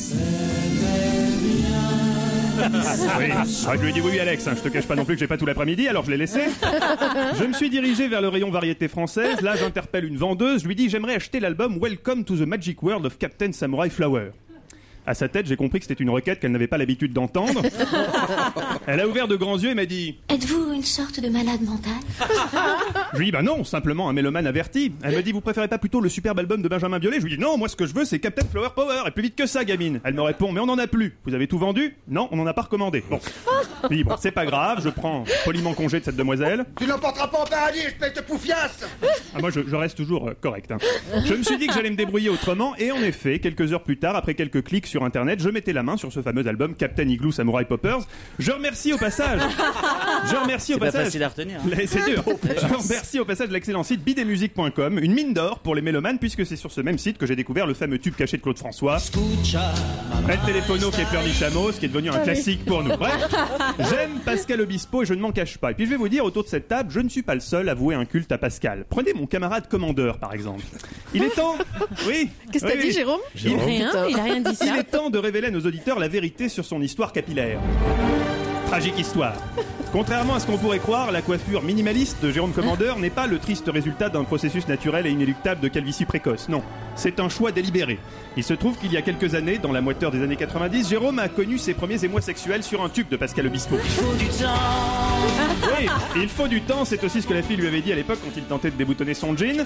Speaker 16: Ah, je lui ai dit oui, oui, Alex, hein, je te cache pas non plus que j'ai pas tout l'après-midi, alors je l'ai laissé. Je me suis dirigé vers le rayon variété française. Là, j'interpelle une vendeuse. Je lui dis J'aimerais acheter l'album Welcome to the Magic World of Captain Samurai Flower. À sa tête, j'ai compris que c'était une requête qu'elle n'avait pas l'habitude d'entendre. Elle a ouvert de grands yeux et m'a dit
Speaker 18: Êtes-vous une sorte de malade mentale
Speaker 16: Je lui dis Bah non, simplement un mélomane averti. Elle me dit Vous préférez pas plutôt le superbe album de Benjamin Biolay Je lui dis Non, moi ce que je veux, c'est Captain Flower Power. Et plus vite que ça, gamine. Elle me répond Mais on en a plus. Vous avez tout vendu Non, on n'en a pas recommandé. Bon. Je lui dis Bon, c'est pas grave, je prends poliment congé de cette demoiselle.
Speaker 19: Tu l'emporteras pas au paradis, espèce de poufiasse
Speaker 16: Ah, moi, je, je reste toujours euh, correct. hein. Je me suis dit que j'allais me débrouiller autrement, et en effet, quelques heures plus tard, après quelques clics sur Internet, je mettais la main sur ce fameux album Captain Igloo Samurai Poppers. Je remercie au passage. Je remercie
Speaker 4: Eh
Speaker 16: au
Speaker 4: ben,
Speaker 17: C'est pas
Speaker 16: passage.
Speaker 17: facile à retenir, hein.
Speaker 16: Mais C'est dur.
Speaker 17: Ouais.
Speaker 16: Je remercie au passage l'excellent site bidemusique.com, une mine d'or pour les mélomanes, puisque c'est sur ce même site que j'ai découvert le fameux tube caché de Claude François. El Telefono qui est Fleur Chamos, qui est devenu
Speaker 17: Ah
Speaker 16: un
Speaker 17: oui.
Speaker 16: classique pour nous. Bref, j'aime Pascal Obispo et je ne m'en cache pas. Et puis je vais vous dire, autour de cette table, je ne suis pas le seul à vouer un culte à Pascal. Prenez mon camarade commandeur, par exemple. Il est temps. Oui.
Speaker 2: Qu'est-ce que
Speaker 16: oui,
Speaker 2: t'as dit,
Speaker 16: oui.
Speaker 2: Jérôme
Speaker 16: Il-
Speaker 2: Rien,
Speaker 8: Oh,
Speaker 2: il a rien dit ça.
Speaker 7: Hein
Speaker 16: Il est temps de révéler à nos auditeurs la vérité sur son histoire capillaire. Tragique histoire. Contrairement à ce qu'on pourrait croire, la coiffure minimaliste de Jérôme Commandeur n'est pas le triste résultat d'un processus naturel et inéluctable de calvitie précoce. Non, c'est un choix délibéré. Il se trouve qu'il y a quelques années, dans la moiteur des années 90, Jérôme a connu ses premiers émois sexuels sur un tube de Pascal Obispo. Oui, il faut du temps, c'est aussi ce que la fille lui avait dit à l'époque quand il tentait de déboutonner son jean.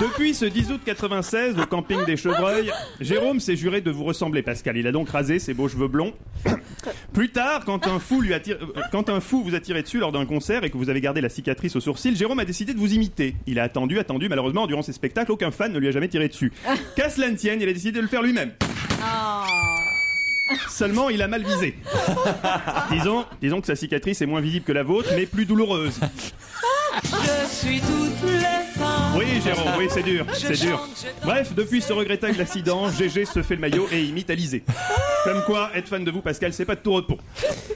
Speaker 16: Depuis ce 10 août 96, au camping des Chevreuils, Jérôme s'est juré de vous ressembler, Pascal. Il a donc rasé ses beaux cheveux blonds. Plus tard, quand un fou, lui a tiré- euh, quand un fou vous a tiré dessus lors d'un concert et que vous avez gardé la cicatrice au sourcil, Jérôme a décidé de vous imiter. Il a attendu, attendu, malheureusement, durant ses spectacles, aucun fan ne lui a jamais tiré dessus. Qu'à cela ne tienne, il a décidé de le faire lui-même. Seulement, il a mal visé. disons, disons que sa cicatrice est moins visible que la vôtre, mais plus douloureuse.
Speaker 17: Je suis toutes les femmes.
Speaker 16: Oui, Jérôme, oui, c'est dur,
Speaker 17: Je
Speaker 16: c'est dur.
Speaker 17: chante, je danse.
Speaker 16: Bref, depuis ce regrettable accident, GG se fait le maillot et imite Alizé. Comme quoi, être fan de vous, Pascal, c'est pas de tout repos.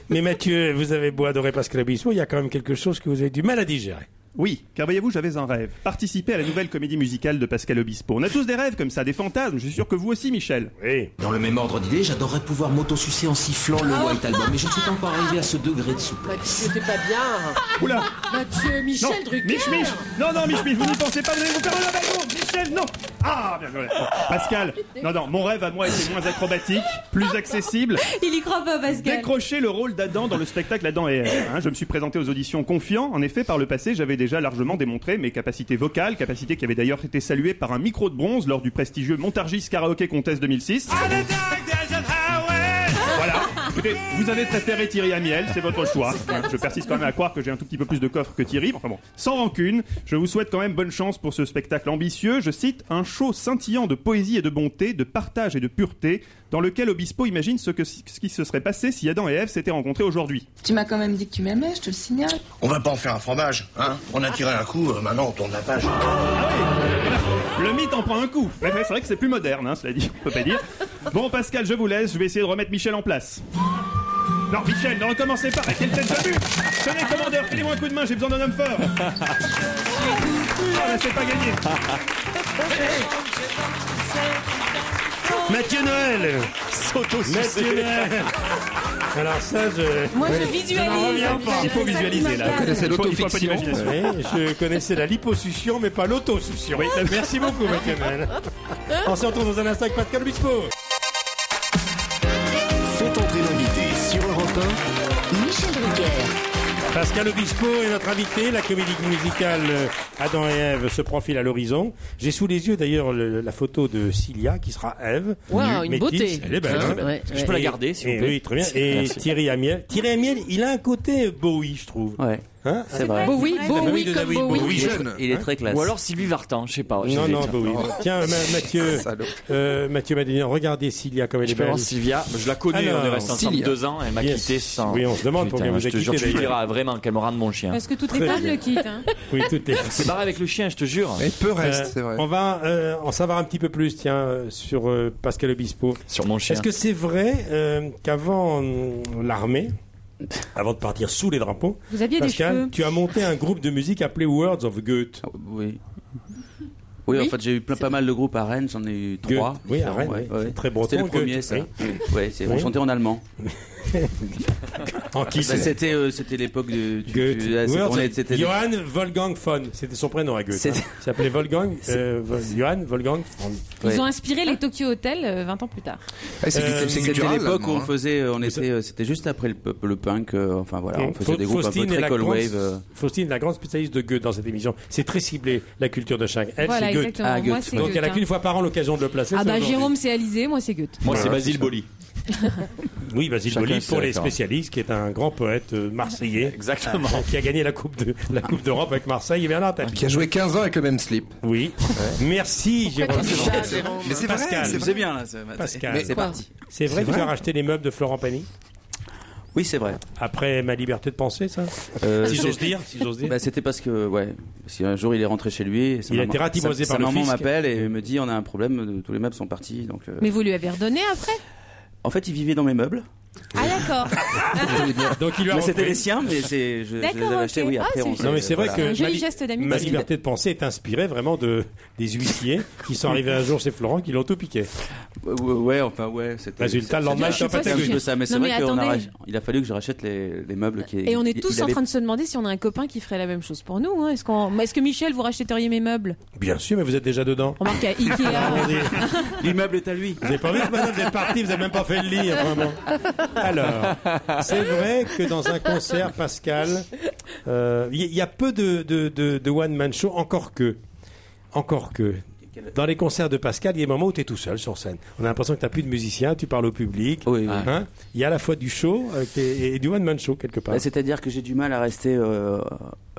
Speaker 3: Mais Mathieu, vous avez beau adorer Pascal Obispo, il y a quand même quelque chose que vous avez du mal à digérer.
Speaker 16: Oui, car voyez-vous, j'avais un rêve. Participer à la nouvelle comédie musicale de Pascal Obispo. On a tous des rêves comme ça, des fantasmes. Je suis sûr que vous aussi, Michel.
Speaker 3: Oui.
Speaker 17: Dans le même ordre d'idée, j'adorerais pouvoir m'auto-sucer en sifflant le White Album, mais je ne suis pas encore arrivé à ce degré de souplesse.
Speaker 7: Bah, c'était pas bien.
Speaker 16: Oula.
Speaker 7: Mathieu, Michel
Speaker 16: non,
Speaker 7: Drucker.
Speaker 16: Mich, Mich. Non, non, Mich, Mich, vous n'y pensez pas, vous allez vous faire un abattement. Michel, non Ah, bien joué. Bon, Pascal,
Speaker 6: Eh ben,
Speaker 16: non, non, mon rêve à moi était moins acrobatique, plus accessible.
Speaker 6: Il y croit pas, Pascal.
Speaker 16: Décrocher le rôle d'Adam dans le spectacle Adam et
Speaker 3: Euh,
Speaker 16: Ève. Hein, je me suis présenté aux auditions confiant. En effet, par le passé, j'avais déjà largement démontré mes capacités vocales, capacités qui avaient d'ailleurs été saluées par un micro de bronze lors du prestigieux Montargis Karaoke Contest 2006. Voilà. Écoutez, vous avez préféré Thierry Amiel, c'est votre choix. Hein, Je persiste quand même à croire que j'ai un tout petit peu plus de coffre que Thierry. Enfin bon, sans rancune, je vous souhaite quand même bonne chance pour ce spectacle ambitieux. Je cite un show scintillant de poésie et de bonté, de partage et de pureté, dans lequel Obispo imagine ce, que, ce qui se serait passé si Adam et Ève s'étaient rencontrés aujourd'hui.
Speaker 20: Tu m'as quand même dit que tu m'aimais, je te le signale.
Speaker 19: On va pas en faire un fromage, hein On a tiré un coup, euh, maintenant on tourne la page.
Speaker 16: Ah Le mythe en prend un coup. Mais C'est vrai que c'est plus moderne, hein, cela dit, on peut pas dire. Bon, Pascal, je vous laisse. Je vais essayer de remettre Michel en place. Non, Michel, ne recommencez pas. Quelle tête de but Tenez, commandeur, filez-moi un coup de main. J'ai besoin d'un homme fort. Ah, là, c'est pas gagné.
Speaker 3: Mathieu Noël Mathieu Noël Alors ça, je...
Speaker 17: Moi, je
Speaker 3: Oui.
Speaker 17: visualise,
Speaker 3: n'en reviens
Speaker 17: en
Speaker 3: pas.
Speaker 17: fait. Il faut visualiser, là.
Speaker 3: Vous connaissez
Speaker 16: Il faut- il faut
Speaker 3: l'autofiction.
Speaker 16: pas d'imagination.
Speaker 3: Oui, je connaissais la liposuction, mais pas l'autosuction. Merci beaucoup, Mathieu Noël. On se retrouve dans un instant avec Pascal Obispo.
Speaker 13: Faites entrer l'invité sur Europe 1.
Speaker 1: Michel Drucker.
Speaker 3: Pascal Obispo est notre invité. La comédie musicale euh, Adam et Ève se profile à l'horizon. J'ai sous les yeux d'ailleurs le- la photo de Cilia qui sera Ève.
Speaker 7: Waouh,
Speaker 3: Nue,
Speaker 7: une
Speaker 3: métisse.
Speaker 7: beauté.
Speaker 3: Elle est belle.
Speaker 7: Très
Speaker 3: hein.
Speaker 7: belle. Ouais, Est-ce que je ouais. peux la
Speaker 3: Et-
Speaker 7: garder, s'il vous
Speaker 3: et
Speaker 7: plaît
Speaker 3: Oui, très bien. Et
Speaker 7: Merci.
Speaker 3: Thierry Amiel. Thierry Amiel, il a un côté Bowie, je trouve. Hein
Speaker 8: Ouais.
Speaker 4: c'est vrai. Bowie,
Speaker 3: La
Speaker 4: Bowie
Speaker 3: famille de
Speaker 4: comme
Speaker 3: David
Speaker 4: Bowie.
Speaker 3: Bowie
Speaker 4: Il est-
Speaker 3: jeune.
Speaker 4: il est
Speaker 3: Hein
Speaker 4: très classe. Ou alors Sylvie Vartan, je sais pas, je
Speaker 3: Non,
Speaker 4: sais
Speaker 3: non,
Speaker 4: pas.
Speaker 3: Bowie.
Speaker 4: Oh.
Speaker 3: Tiens, Ma- Mathieu, euh, Mathieu Madénian, regardez Cilia comme elle est
Speaker 4: Je peux
Speaker 3: belle.
Speaker 4: voir Sylvia, je la connais, on est
Speaker 3: Alors,
Speaker 4: restés ensemble
Speaker 3: Cilia.
Speaker 4: deux ans, elle m'a
Speaker 3: Yes.
Speaker 4: quitté sans.
Speaker 3: Oui, on se demande pourquoi
Speaker 4: Putain,
Speaker 3: vous
Speaker 4: je te
Speaker 3: avez
Speaker 4: jure,
Speaker 3: quitté,
Speaker 4: tu lui
Speaker 3: d'ailleurs.
Speaker 4: diras vraiment qu'elle me rende mon chien.
Speaker 6: Parce que toutes les
Speaker 3: Très
Speaker 6: femmes
Speaker 3: bien.
Speaker 6: le quittent. Hein.
Speaker 3: Oui, tout est.
Speaker 4: C'est barré avec le chien, je te jure.
Speaker 3: Et peu reste, c'est vrai. On va euh, en savoir un petit peu plus, tiens, euh, sur euh, Pascal Obispo.
Speaker 4: Sur mon chien.
Speaker 3: Est-ce que c'est vrai euh, qu'avant euh, l'armée, avant de partir sous les drapeaux,
Speaker 6: Vous aviez des
Speaker 3: Pascal,
Speaker 6: cheveux.
Speaker 3: tu as monté un groupe de musique appelé Words of Goethe.
Speaker 8: Ah, Oui. Oui, en fait, j'ai eu plein, pas mal de groupes à Rennes, j'en ai eu
Speaker 3: Goethe.
Speaker 8: trois.
Speaker 3: Oui, à Rennes,
Speaker 8: Ouais,
Speaker 3: c'est
Speaker 8: ouais.
Speaker 3: très breton,
Speaker 8: C'était le premier,
Speaker 3: Goethe,
Speaker 8: ça.
Speaker 3: oui.
Speaker 8: Ouais, c'est- on
Speaker 3: Oui.
Speaker 8: chantait en allemand.
Speaker 3: En qui
Speaker 8: Bah,
Speaker 3: c'est
Speaker 8: C'était euh, c'était l'époque de. du-
Speaker 3: Goethe.
Speaker 8: du- là, c'est-
Speaker 3: Words
Speaker 8: on est-
Speaker 3: of-
Speaker 8: c'était-
Speaker 3: Johann Wolfgang von, c'était son prénom à Goethe.
Speaker 8: C'était-
Speaker 3: hein. Il s'appelait Wolfgang, euh, Vol- Johann Wolfgang von.
Speaker 6: Ils ont inspiré les Tokyo Hotel euh, 20 ans plus tard.
Speaker 8: Euh, C'était
Speaker 5: hein.
Speaker 8: l'époque où on
Speaker 3: hein.
Speaker 8: faisait, euh, on était, euh, c'était juste après le, pop- le punk. euh, enfin voilà, on faisait
Speaker 3: Fa-
Speaker 8: des groupes un peu
Speaker 3: Faustine est
Speaker 8: très
Speaker 3: la
Speaker 8: cold
Speaker 3: grande-
Speaker 8: wave. euh.
Speaker 3: Faustine est la grande spécialiste de Goethe dans cette émission. C'est très ciblé, la culture de chacun. Elle,
Speaker 6: Voilà,
Speaker 3: c'est Goethe.
Speaker 6: exactement. Ah, Moi, Goethe, c'est
Speaker 3: Donc,
Speaker 6: Goethe,
Speaker 3: elle a
Speaker 6: hein.
Speaker 3: qu'une fois par an l'occasion de le placer.
Speaker 6: Ah
Speaker 3: c'est
Speaker 6: bah
Speaker 3: aujourd'hui.
Speaker 6: Jérôme c'est Alizé, moi c'est Goethe.
Speaker 4: Moi, c'est
Speaker 3: Voilà,
Speaker 4: Basile
Speaker 3: c'est ça.
Speaker 4: Boli.
Speaker 3: Oui, Basile
Speaker 4: Chacun
Speaker 3: Boli,
Speaker 4: ses
Speaker 3: pour les
Speaker 4: références.
Speaker 3: spécialistes, qui est un grand poète euh, marseillais.
Speaker 4: Exactement.
Speaker 3: Euh, Qui a gagné la Coupe de- la Coupe d'Europe avec Marseille et Bernard Tapie.
Speaker 5: Qui a joué 15 ans avec le même slip.
Speaker 3: Oui. Merci, Jérôme.
Speaker 5: tu dis ça, Jérôme Mais c'est vrai,
Speaker 3: Pascal.
Speaker 5: c'est
Speaker 8: vrai. bien, là, ce matin.
Speaker 3: Pascal.
Speaker 8: Mais c'est parti.
Speaker 3: C'est vrai
Speaker 8: C'est
Speaker 3: que tu
Speaker 8: vrai.
Speaker 3: as racheté les meubles de Florent Pagny
Speaker 8: Oui, c'est vrai.
Speaker 3: Après ma liberté de penser, ça
Speaker 8: Euh,
Speaker 3: Si j'ose
Speaker 8: c'était-
Speaker 3: dire, si j'ose dire.
Speaker 8: Bah, c'était parce que, ouais, parce qu'un jour il est rentré chez lui. Et sa
Speaker 3: Il a
Speaker 8: maman-
Speaker 3: été ratimosé
Speaker 8: sa-
Speaker 3: par
Speaker 8: sa
Speaker 3: le
Speaker 8: maman
Speaker 3: fisc.
Speaker 8: m'appelle et me dit on a un problème, euh, tous les meubles sont partis. Donc, euh,
Speaker 6: Mais vous lui avez redonné après
Speaker 8: en fait, il vivait dans mes meubles.
Speaker 6: Ah d'accord.
Speaker 3: Donc il lui a
Speaker 8: Mais
Speaker 3: repris.
Speaker 8: c'était les siens, mais c'est, je, je les
Speaker 6: D'accord,
Speaker 8: avais achetés.
Speaker 6: ok.
Speaker 8: Oui,
Speaker 6: Ah,
Speaker 8: après
Speaker 6: c'est
Speaker 8: on
Speaker 6: chouette.
Speaker 8: s'est-
Speaker 3: Non mais c'est vrai
Speaker 8: voilà.
Speaker 3: que
Speaker 6: Un joli
Speaker 3: ma li-
Speaker 6: geste d'amitié.
Speaker 3: ma liberté de penser est inspirée vraiment de des huissiers qui sont arrivés un jour chez Florent qui l'ont tout piqué.
Speaker 8: Ouais, Ouais, enfin ouais, c'était.
Speaker 3: Résultat, le
Speaker 8: c'était- c'était-
Speaker 3: lendemain, je suis pas
Speaker 8: c'était-
Speaker 3: sûr.
Speaker 8: de ça, mais c'est
Speaker 6: Non, mais
Speaker 8: vrai qu'on a
Speaker 6: attendez.
Speaker 8: rach- il a fallu que je rachète les, les meubles qui.
Speaker 6: Et on est
Speaker 8: il-
Speaker 6: tous
Speaker 8: il
Speaker 6: en
Speaker 8: avait-
Speaker 6: train de se demander si on a un copain qui ferait la même chose pour nous. hein. Est-ce qu'on, est-ce que Michel vous rachèteriez mes meubles
Speaker 3: Bien sûr, mais vous êtes déjà dedans.
Speaker 6: Remarque à Ikea.
Speaker 8: L'immeuble est à lui.
Speaker 3: Vous avez pas vu que madame, vous êtes partie, vous avez même pas fait le lit, enfin bon. Alors, c'est vrai que dans un concert, Pascal, euh, il y, il y a peu de, de, de, de one-man show, encore que. Encore que. Dans les concerts de Pascal, il y a des moments où tu es tout seul sur scène. On a l'impression que tu n'as plus de musicien, tu parles au public. Hein il y a à la fois du show euh, et, et du one-man show quelque part.
Speaker 8: Bah, C'est-à-dire que j'ai du mal à rester euh,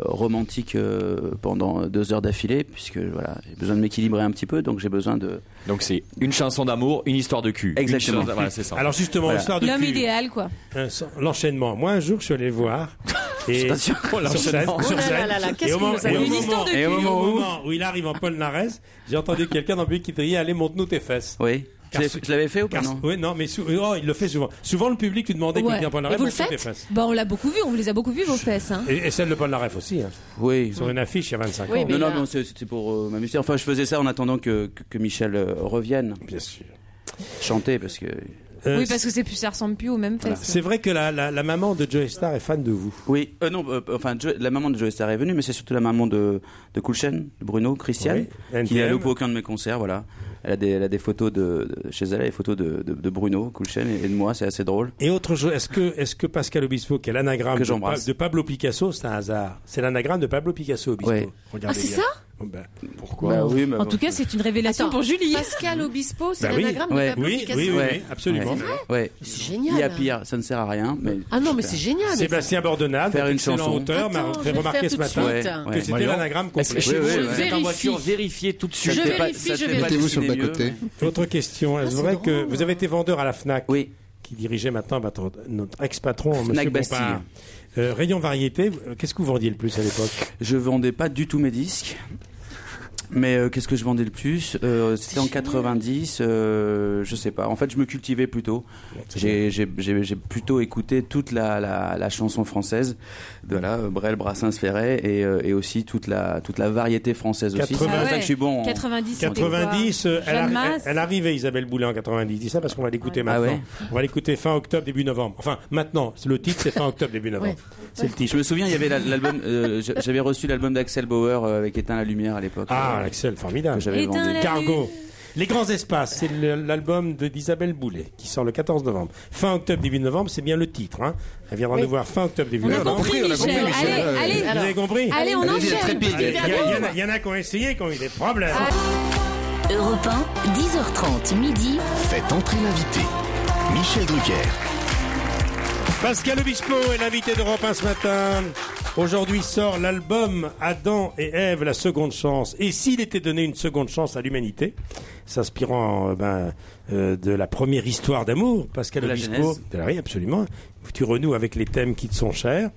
Speaker 8: romantique euh, pendant deux heures d'affilée, puisque voilà, j'ai besoin de m'équilibrer un petit peu, donc j'ai besoin de.
Speaker 4: Donc c'est une chanson d'amour, une histoire de cul. Une
Speaker 8: Exactement.
Speaker 4: chose- voilà, c'est ça.
Speaker 3: Alors justement,
Speaker 4: Voilà.
Speaker 3: l'histoire de
Speaker 6: L'homme
Speaker 3: cul,
Speaker 6: idéal quoi.
Speaker 3: euh, sans- l'enchaînement. Moi, un jour, je suis allé le voir. Et
Speaker 8: pas sûr.
Speaker 4: Oh,
Speaker 3: sur scène,
Speaker 4: l'enchaînement.
Speaker 3: sur
Speaker 4: Oh là
Speaker 3: scène.
Speaker 4: là là là,
Speaker 3: et
Speaker 4: qu'est-ce
Speaker 3: au
Speaker 4: que
Speaker 3: moment,
Speaker 4: vous avez
Speaker 3: et au
Speaker 4: Une
Speaker 3: moment-
Speaker 4: histoire de
Speaker 3: et au
Speaker 4: cul.
Speaker 3: moment où, où il arrive en Polnareff, j'ai entendu quelqu'un dans le public qui criait Allez, monte-nous tes fesses.
Speaker 8: Oui. Je l'ai- je l'avais fait
Speaker 4: Oh,
Speaker 8: ou pas non
Speaker 3: Oui, non, mais sou- oh, il le fait souvent. Souvent, le public lui demandait
Speaker 6: Ouais.
Speaker 3: quelqu'un en
Speaker 6: Et
Speaker 3: Polnareff,
Speaker 6: vous le
Speaker 3: monte-nous tes
Speaker 6: faites
Speaker 3: fesses.
Speaker 6: Bah on l'a beaucoup vu, on vous les a beaucoup vu vos fesses. hein.
Speaker 3: Et, et celle de Polnareff aussi. hein.
Speaker 8: Oui.
Speaker 3: Sur une affiche il y a 25
Speaker 6: Oui,
Speaker 3: ans.
Speaker 6: mais
Speaker 8: non, non,
Speaker 6: là-
Speaker 8: non, c'est- c'était pour euh, m'amuser. Enfin, je faisais ça en attendant que, que, que Michel euh, revienne.
Speaker 3: Bien sûr.
Speaker 8: Chanter, parce que.
Speaker 3: Euh,
Speaker 6: oui parce que c'est plus, ça ressemble plus aux mêmes
Speaker 3: c'est-
Speaker 6: fesses.
Speaker 3: C'est vrai que la, la- la maman de Joey Star est fan de vous.
Speaker 8: Oui, euh, non, euh, enfin, Joe- la maman de Joey Star est venue, mais c'est surtout la maman de, de Kulchen, de Bruno, Christiane,
Speaker 3: Oui,
Speaker 8: qui n'a
Speaker 3: NTM.
Speaker 8: loupé aucun de mes concerts, voilà. Elle a des, elle a des photos de, de- chez elle, elle a des photos de, de, de Bruno, Kulchen et, et de moi, c'est assez drôle.
Speaker 3: Et autre chose, est-ce que, est que Pascal Obispo, qui est l'anagramme
Speaker 8: Que
Speaker 3: de, Pa-
Speaker 8: j'embrasse.
Speaker 3: de Pablo Picasso, c'est un hasard C'est l'anagramme de Pablo Picasso, Obispo.
Speaker 8: Ouais.
Speaker 3: Regardez
Speaker 6: Ah, c'est
Speaker 3: bien.
Speaker 6: ça
Speaker 3: Oh, ben,
Speaker 2: Ah,
Speaker 3: Pourquoi
Speaker 8: Bah oui, mais
Speaker 6: En tout cas c'est une révélation pour Julie.
Speaker 2: Pascal Obispo, c'est
Speaker 8: Bah oui.
Speaker 2: l'anagramme de
Speaker 8: Ouais.
Speaker 2: Pablo
Speaker 3: Oui,
Speaker 2: Picasso.
Speaker 3: oui, oui, oui, absolument.
Speaker 8: Ouais.
Speaker 3: C'est
Speaker 8: Ouais.
Speaker 2: C'est
Speaker 8: Il y a
Speaker 2: génial.
Speaker 8: pire, ça ne sert à rien, mais.
Speaker 2: Ah non, mais c'est génial. mais
Speaker 3: Sébastien Bordenave,
Speaker 8: Faire une
Speaker 3: excellent
Speaker 8: chanson.
Speaker 3: auteur, m'a
Speaker 2: Attends, je
Speaker 3: fait
Speaker 2: vais le
Speaker 3: remarquer
Speaker 2: faire
Speaker 3: ce
Speaker 2: tout de
Speaker 3: matin
Speaker 2: suite.
Speaker 3: que
Speaker 8: Ouais.
Speaker 3: c'était
Speaker 8: Voyons.
Speaker 3: l'anagraam complet.
Speaker 8: Est-ce que- Oui, oui,
Speaker 4: Vous êtes
Speaker 2: vérifie.
Speaker 4: en voiture, vérifiez tout de
Speaker 8: Ça
Speaker 4: suite.
Speaker 2: Je
Speaker 8: te fait pas-
Speaker 2: vérifie,
Speaker 8: ça
Speaker 2: je
Speaker 8: te fait pas
Speaker 2: vérifie.
Speaker 5: Mettez-vous sur le
Speaker 8: dessiner mieux,
Speaker 5: bas-côté.
Speaker 3: Autre
Speaker 2: Ah,
Speaker 3: question, est-ce vrai que vous avez été vendeur à la FNAC
Speaker 8: Oui.
Speaker 3: qui dirigeait maintenant votre- notre ex-patron, M.
Speaker 8: Fnac Bastille.
Speaker 3: Bompard Euh, Rayon Variété, euh, qu'est-ce que vous vendiez le plus à l'époque
Speaker 8: Je vendais pas du tout mes disques. Mais euh, qu'est-ce que je vendais le plus Euh, C'était en 90, euh, je sais pas. En fait, je me cultivais plutôt. J'ai j'ai- j'ai- j'ai plutôt écouté toute la, la- la chanson française, de là, euh, Brel, Brassens, Ferret, et, euh, et aussi toute la, toute la variété française aussi. C'est pour
Speaker 3: 80.
Speaker 8: ça que je suis bon. en-
Speaker 6: 90 c'était quoi
Speaker 3: 90, euh, elle,
Speaker 6: Jeanne
Speaker 3: arri-
Speaker 6: Masse.
Speaker 3: elle arrivait Isabelle Boulay en 90, dis ça parce qu'on va l'écouter
Speaker 8: Ah
Speaker 3: maintenant.
Speaker 8: ouais.
Speaker 3: On va l'écouter fin octobre, début novembre. Enfin, maintenant, c'est le titre c'est fin octobre, début novembre. C'est le
Speaker 8: Je
Speaker 3: titre.
Speaker 8: me souviens, il y avait la- l'album. euh, j'a- J'avais reçu l'album d'Axel Bauer euh, avec Éteint la lumière à l'époque.
Speaker 3: Ah,
Speaker 8: euh,
Speaker 3: Axel,
Speaker 8: que
Speaker 3: formidable.
Speaker 8: j'avais
Speaker 6: Éteins
Speaker 8: vendu.
Speaker 6: la-
Speaker 3: Cargo. Les Grands Espaces, c'est le- l'album de- d'Isabelle Boulet qui sort le 14 novembre. Fin octobre, début novembre, c'est bien le titre. Hein. Elle viendra
Speaker 6: Oui.
Speaker 3: nous voir fin octobre, début
Speaker 6: On a
Speaker 3: novembre.
Speaker 6: compris, On a compris, Michel. Michel. Allez, allez.
Speaker 3: Vous avez compris
Speaker 6: Allez, on
Speaker 5: Ah
Speaker 6: Allez-y, enchaîne. trépide.
Speaker 3: Il y, a- il y en a- il y en a qui ont essayé, qui ont eu des problèmes.
Speaker 6: Ah,
Speaker 1: Europe 1, 10h30 midi.
Speaker 13: Faites entrer l'invité. Michel Drucker.
Speaker 3: Pascal Obispo est l'invité d'Europe 1 ce matin. Aujourd'hui sort l'album Adam et Ève, la seconde chance. Et s'il était donné une seconde chance à l'humanité, s'inspirant euh, ben, euh, de la première histoire d'amour, Pascal
Speaker 4: De la
Speaker 3: Obispo,
Speaker 4: Genèse.
Speaker 3: de la- oui, absolument, tu renoues avec les thèmes qui te sont chers,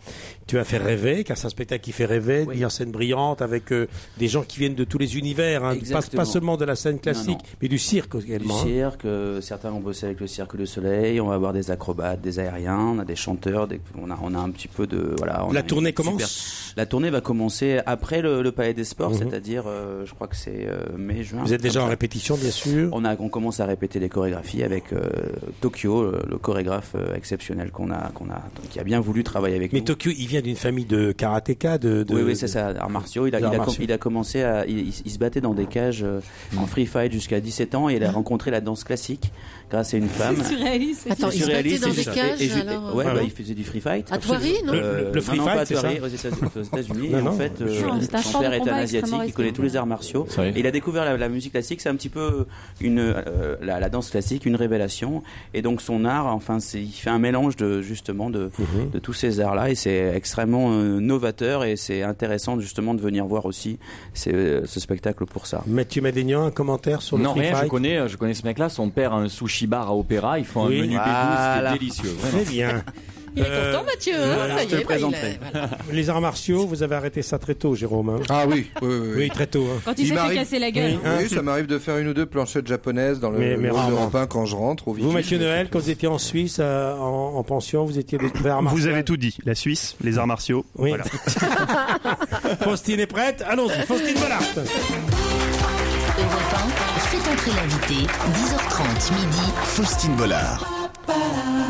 Speaker 3: tu vas faire rêver, car c'est un spectacle qui fait rêver, une scène brillante avec euh, des gens qui viennent de tous les univers, hein, pas,
Speaker 8: Exactement.
Speaker 3: pas seulement de la scène classique,
Speaker 8: Non, non.
Speaker 3: mais du cirque
Speaker 8: Du
Speaker 3: également. hein.
Speaker 8: cirque, euh, certains ont bossé avec le cirque du soleil, on va avoir des acrobates, des aériens, on a des chanteurs, des- on, a, on a un petit peu de... Voilà, on
Speaker 3: La
Speaker 8: a une
Speaker 3: tournée
Speaker 8: super-
Speaker 3: commence
Speaker 8: La tournée va commencer après le, le Palais des Sports,
Speaker 3: Mhm.
Speaker 8: c'est-à-dire euh, je crois que c'est euh, mai, juin.
Speaker 3: Vous êtes déjà
Speaker 8: comme
Speaker 3: en
Speaker 8: ça.
Speaker 3: répétition, bien sûr.
Speaker 8: On, a, on commence à répéter les chorégraphies avec euh, Tokyo, le, le chorégraphe euh, exceptionnel qu'on a, qu'on a, qui a bien voulu travailler avec
Speaker 3: Mais
Speaker 8: nous.
Speaker 3: Tokyo, il vient d'une famille de karatéka, de, de-
Speaker 8: Oui, oui, c'est ça, arts martiaux. Il a,
Speaker 3: Des arts
Speaker 8: il a com-
Speaker 3: martiaux.
Speaker 8: il a commencé à. Il, il s- il se battait dans des cages euh, en free fight jusqu'à 17 ans et
Speaker 3: Mmh.
Speaker 8: il a rencontré la danse classique grâce à une femme.
Speaker 7: surréaliste. Attends,
Speaker 8: C'est
Speaker 7: il se
Speaker 8: surréaliste,
Speaker 7: battait dans
Speaker 8: et
Speaker 7: des
Speaker 8: juste-
Speaker 7: cages,
Speaker 8: et- et ju-
Speaker 7: alors,
Speaker 8: ouais,
Speaker 7: euh,
Speaker 8: bah,
Speaker 7: pardon
Speaker 8: il faisait du free fight.
Speaker 7: À Toiri,
Speaker 8: Absolument.
Speaker 7: non Le- le-
Speaker 8: Euh,
Speaker 7: le free
Speaker 8: non, non, pas
Speaker 7: fight,
Speaker 8: à
Speaker 7: c'est
Speaker 8: Toiri,
Speaker 7: ça
Speaker 8: aux États- aux États-Unis.
Speaker 7: Non,
Speaker 8: et en
Speaker 7: non.
Speaker 8: fait,
Speaker 7: C'est
Speaker 8: euh,
Speaker 7: un champ
Speaker 8: son
Speaker 7: de
Speaker 8: père est
Speaker 7: combat
Speaker 8: un asiatique,
Speaker 7: extrêmement
Speaker 8: il connaît tous les arts martiaux.
Speaker 7: vrai.
Speaker 8: Et il a découvert la, la musique classique, c'est un petit peu une, euh, la, la danse classique, une révélation. Et donc son art, enfin, c'est- il fait un mélange de justement de,
Speaker 7: Mhm.
Speaker 8: de tous ces arts-là, et c'est extrêmement euh, novateur et c'est intéressant justement de venir voir aussi ces- euh, ce spectacle pour ça.
Speaker 3: Mathieu Madénian, un commentaire sur le
Speaker 4: Non,
Speaker 3: free
Speaker 4: rien, je
Speaker 3: fight
Speaker 4: connais, euh, je connais ce mec-là. Son père a un sushi bar à Opéra. Ils font
Speaker 3: Oui.
Speaker 4: un menu
Speaker 3: Voilà.
Speaker 4: B12 qui est délicieux.
Speaker 3: Très bien.
Speaker 4: Il
Speaker 3: est Euh, content,
Speaker 7: Mathieu, hein, voilà, ça je y te est, le bah, il présenterai. est-
Speaker 3: Les arts martiaux, vous avez arrêté ça très tôt, Jérôme. Ah oui, oui, très tôt. hein.
Speaker 5: Quand il Il s'est fait m'arrive- casser la gueule.
Speaker 3: Oui,
Speaker 5: Oui,
Speaker 3: hein.
Speaker 5: ça m'arrive de faire une ou deux planchettes japonaises dans le
Speaker 3: Mais- mais
Speaker 5: monde
Speaker 3: rarement.
Speaker 5: européen quand je rentre. Au
Speaker 3: Vous, Mathieu Noël, quand vous étiez en Suisse, euh, en, en pension, vous étiez des très arts martiaux.
Speaker 16: Vous avez tout dit. La Suisse, les arts martiaux.
Speaker 3: Oui.
Speaker 16: Voilà.
Speaker 3: Faustine est prête Allons-y, Faustine Bollard
Speaker 1: Europe 1, fait entrer l'invité. 10h30 midi.
Speaker 13: Faustine Bollard.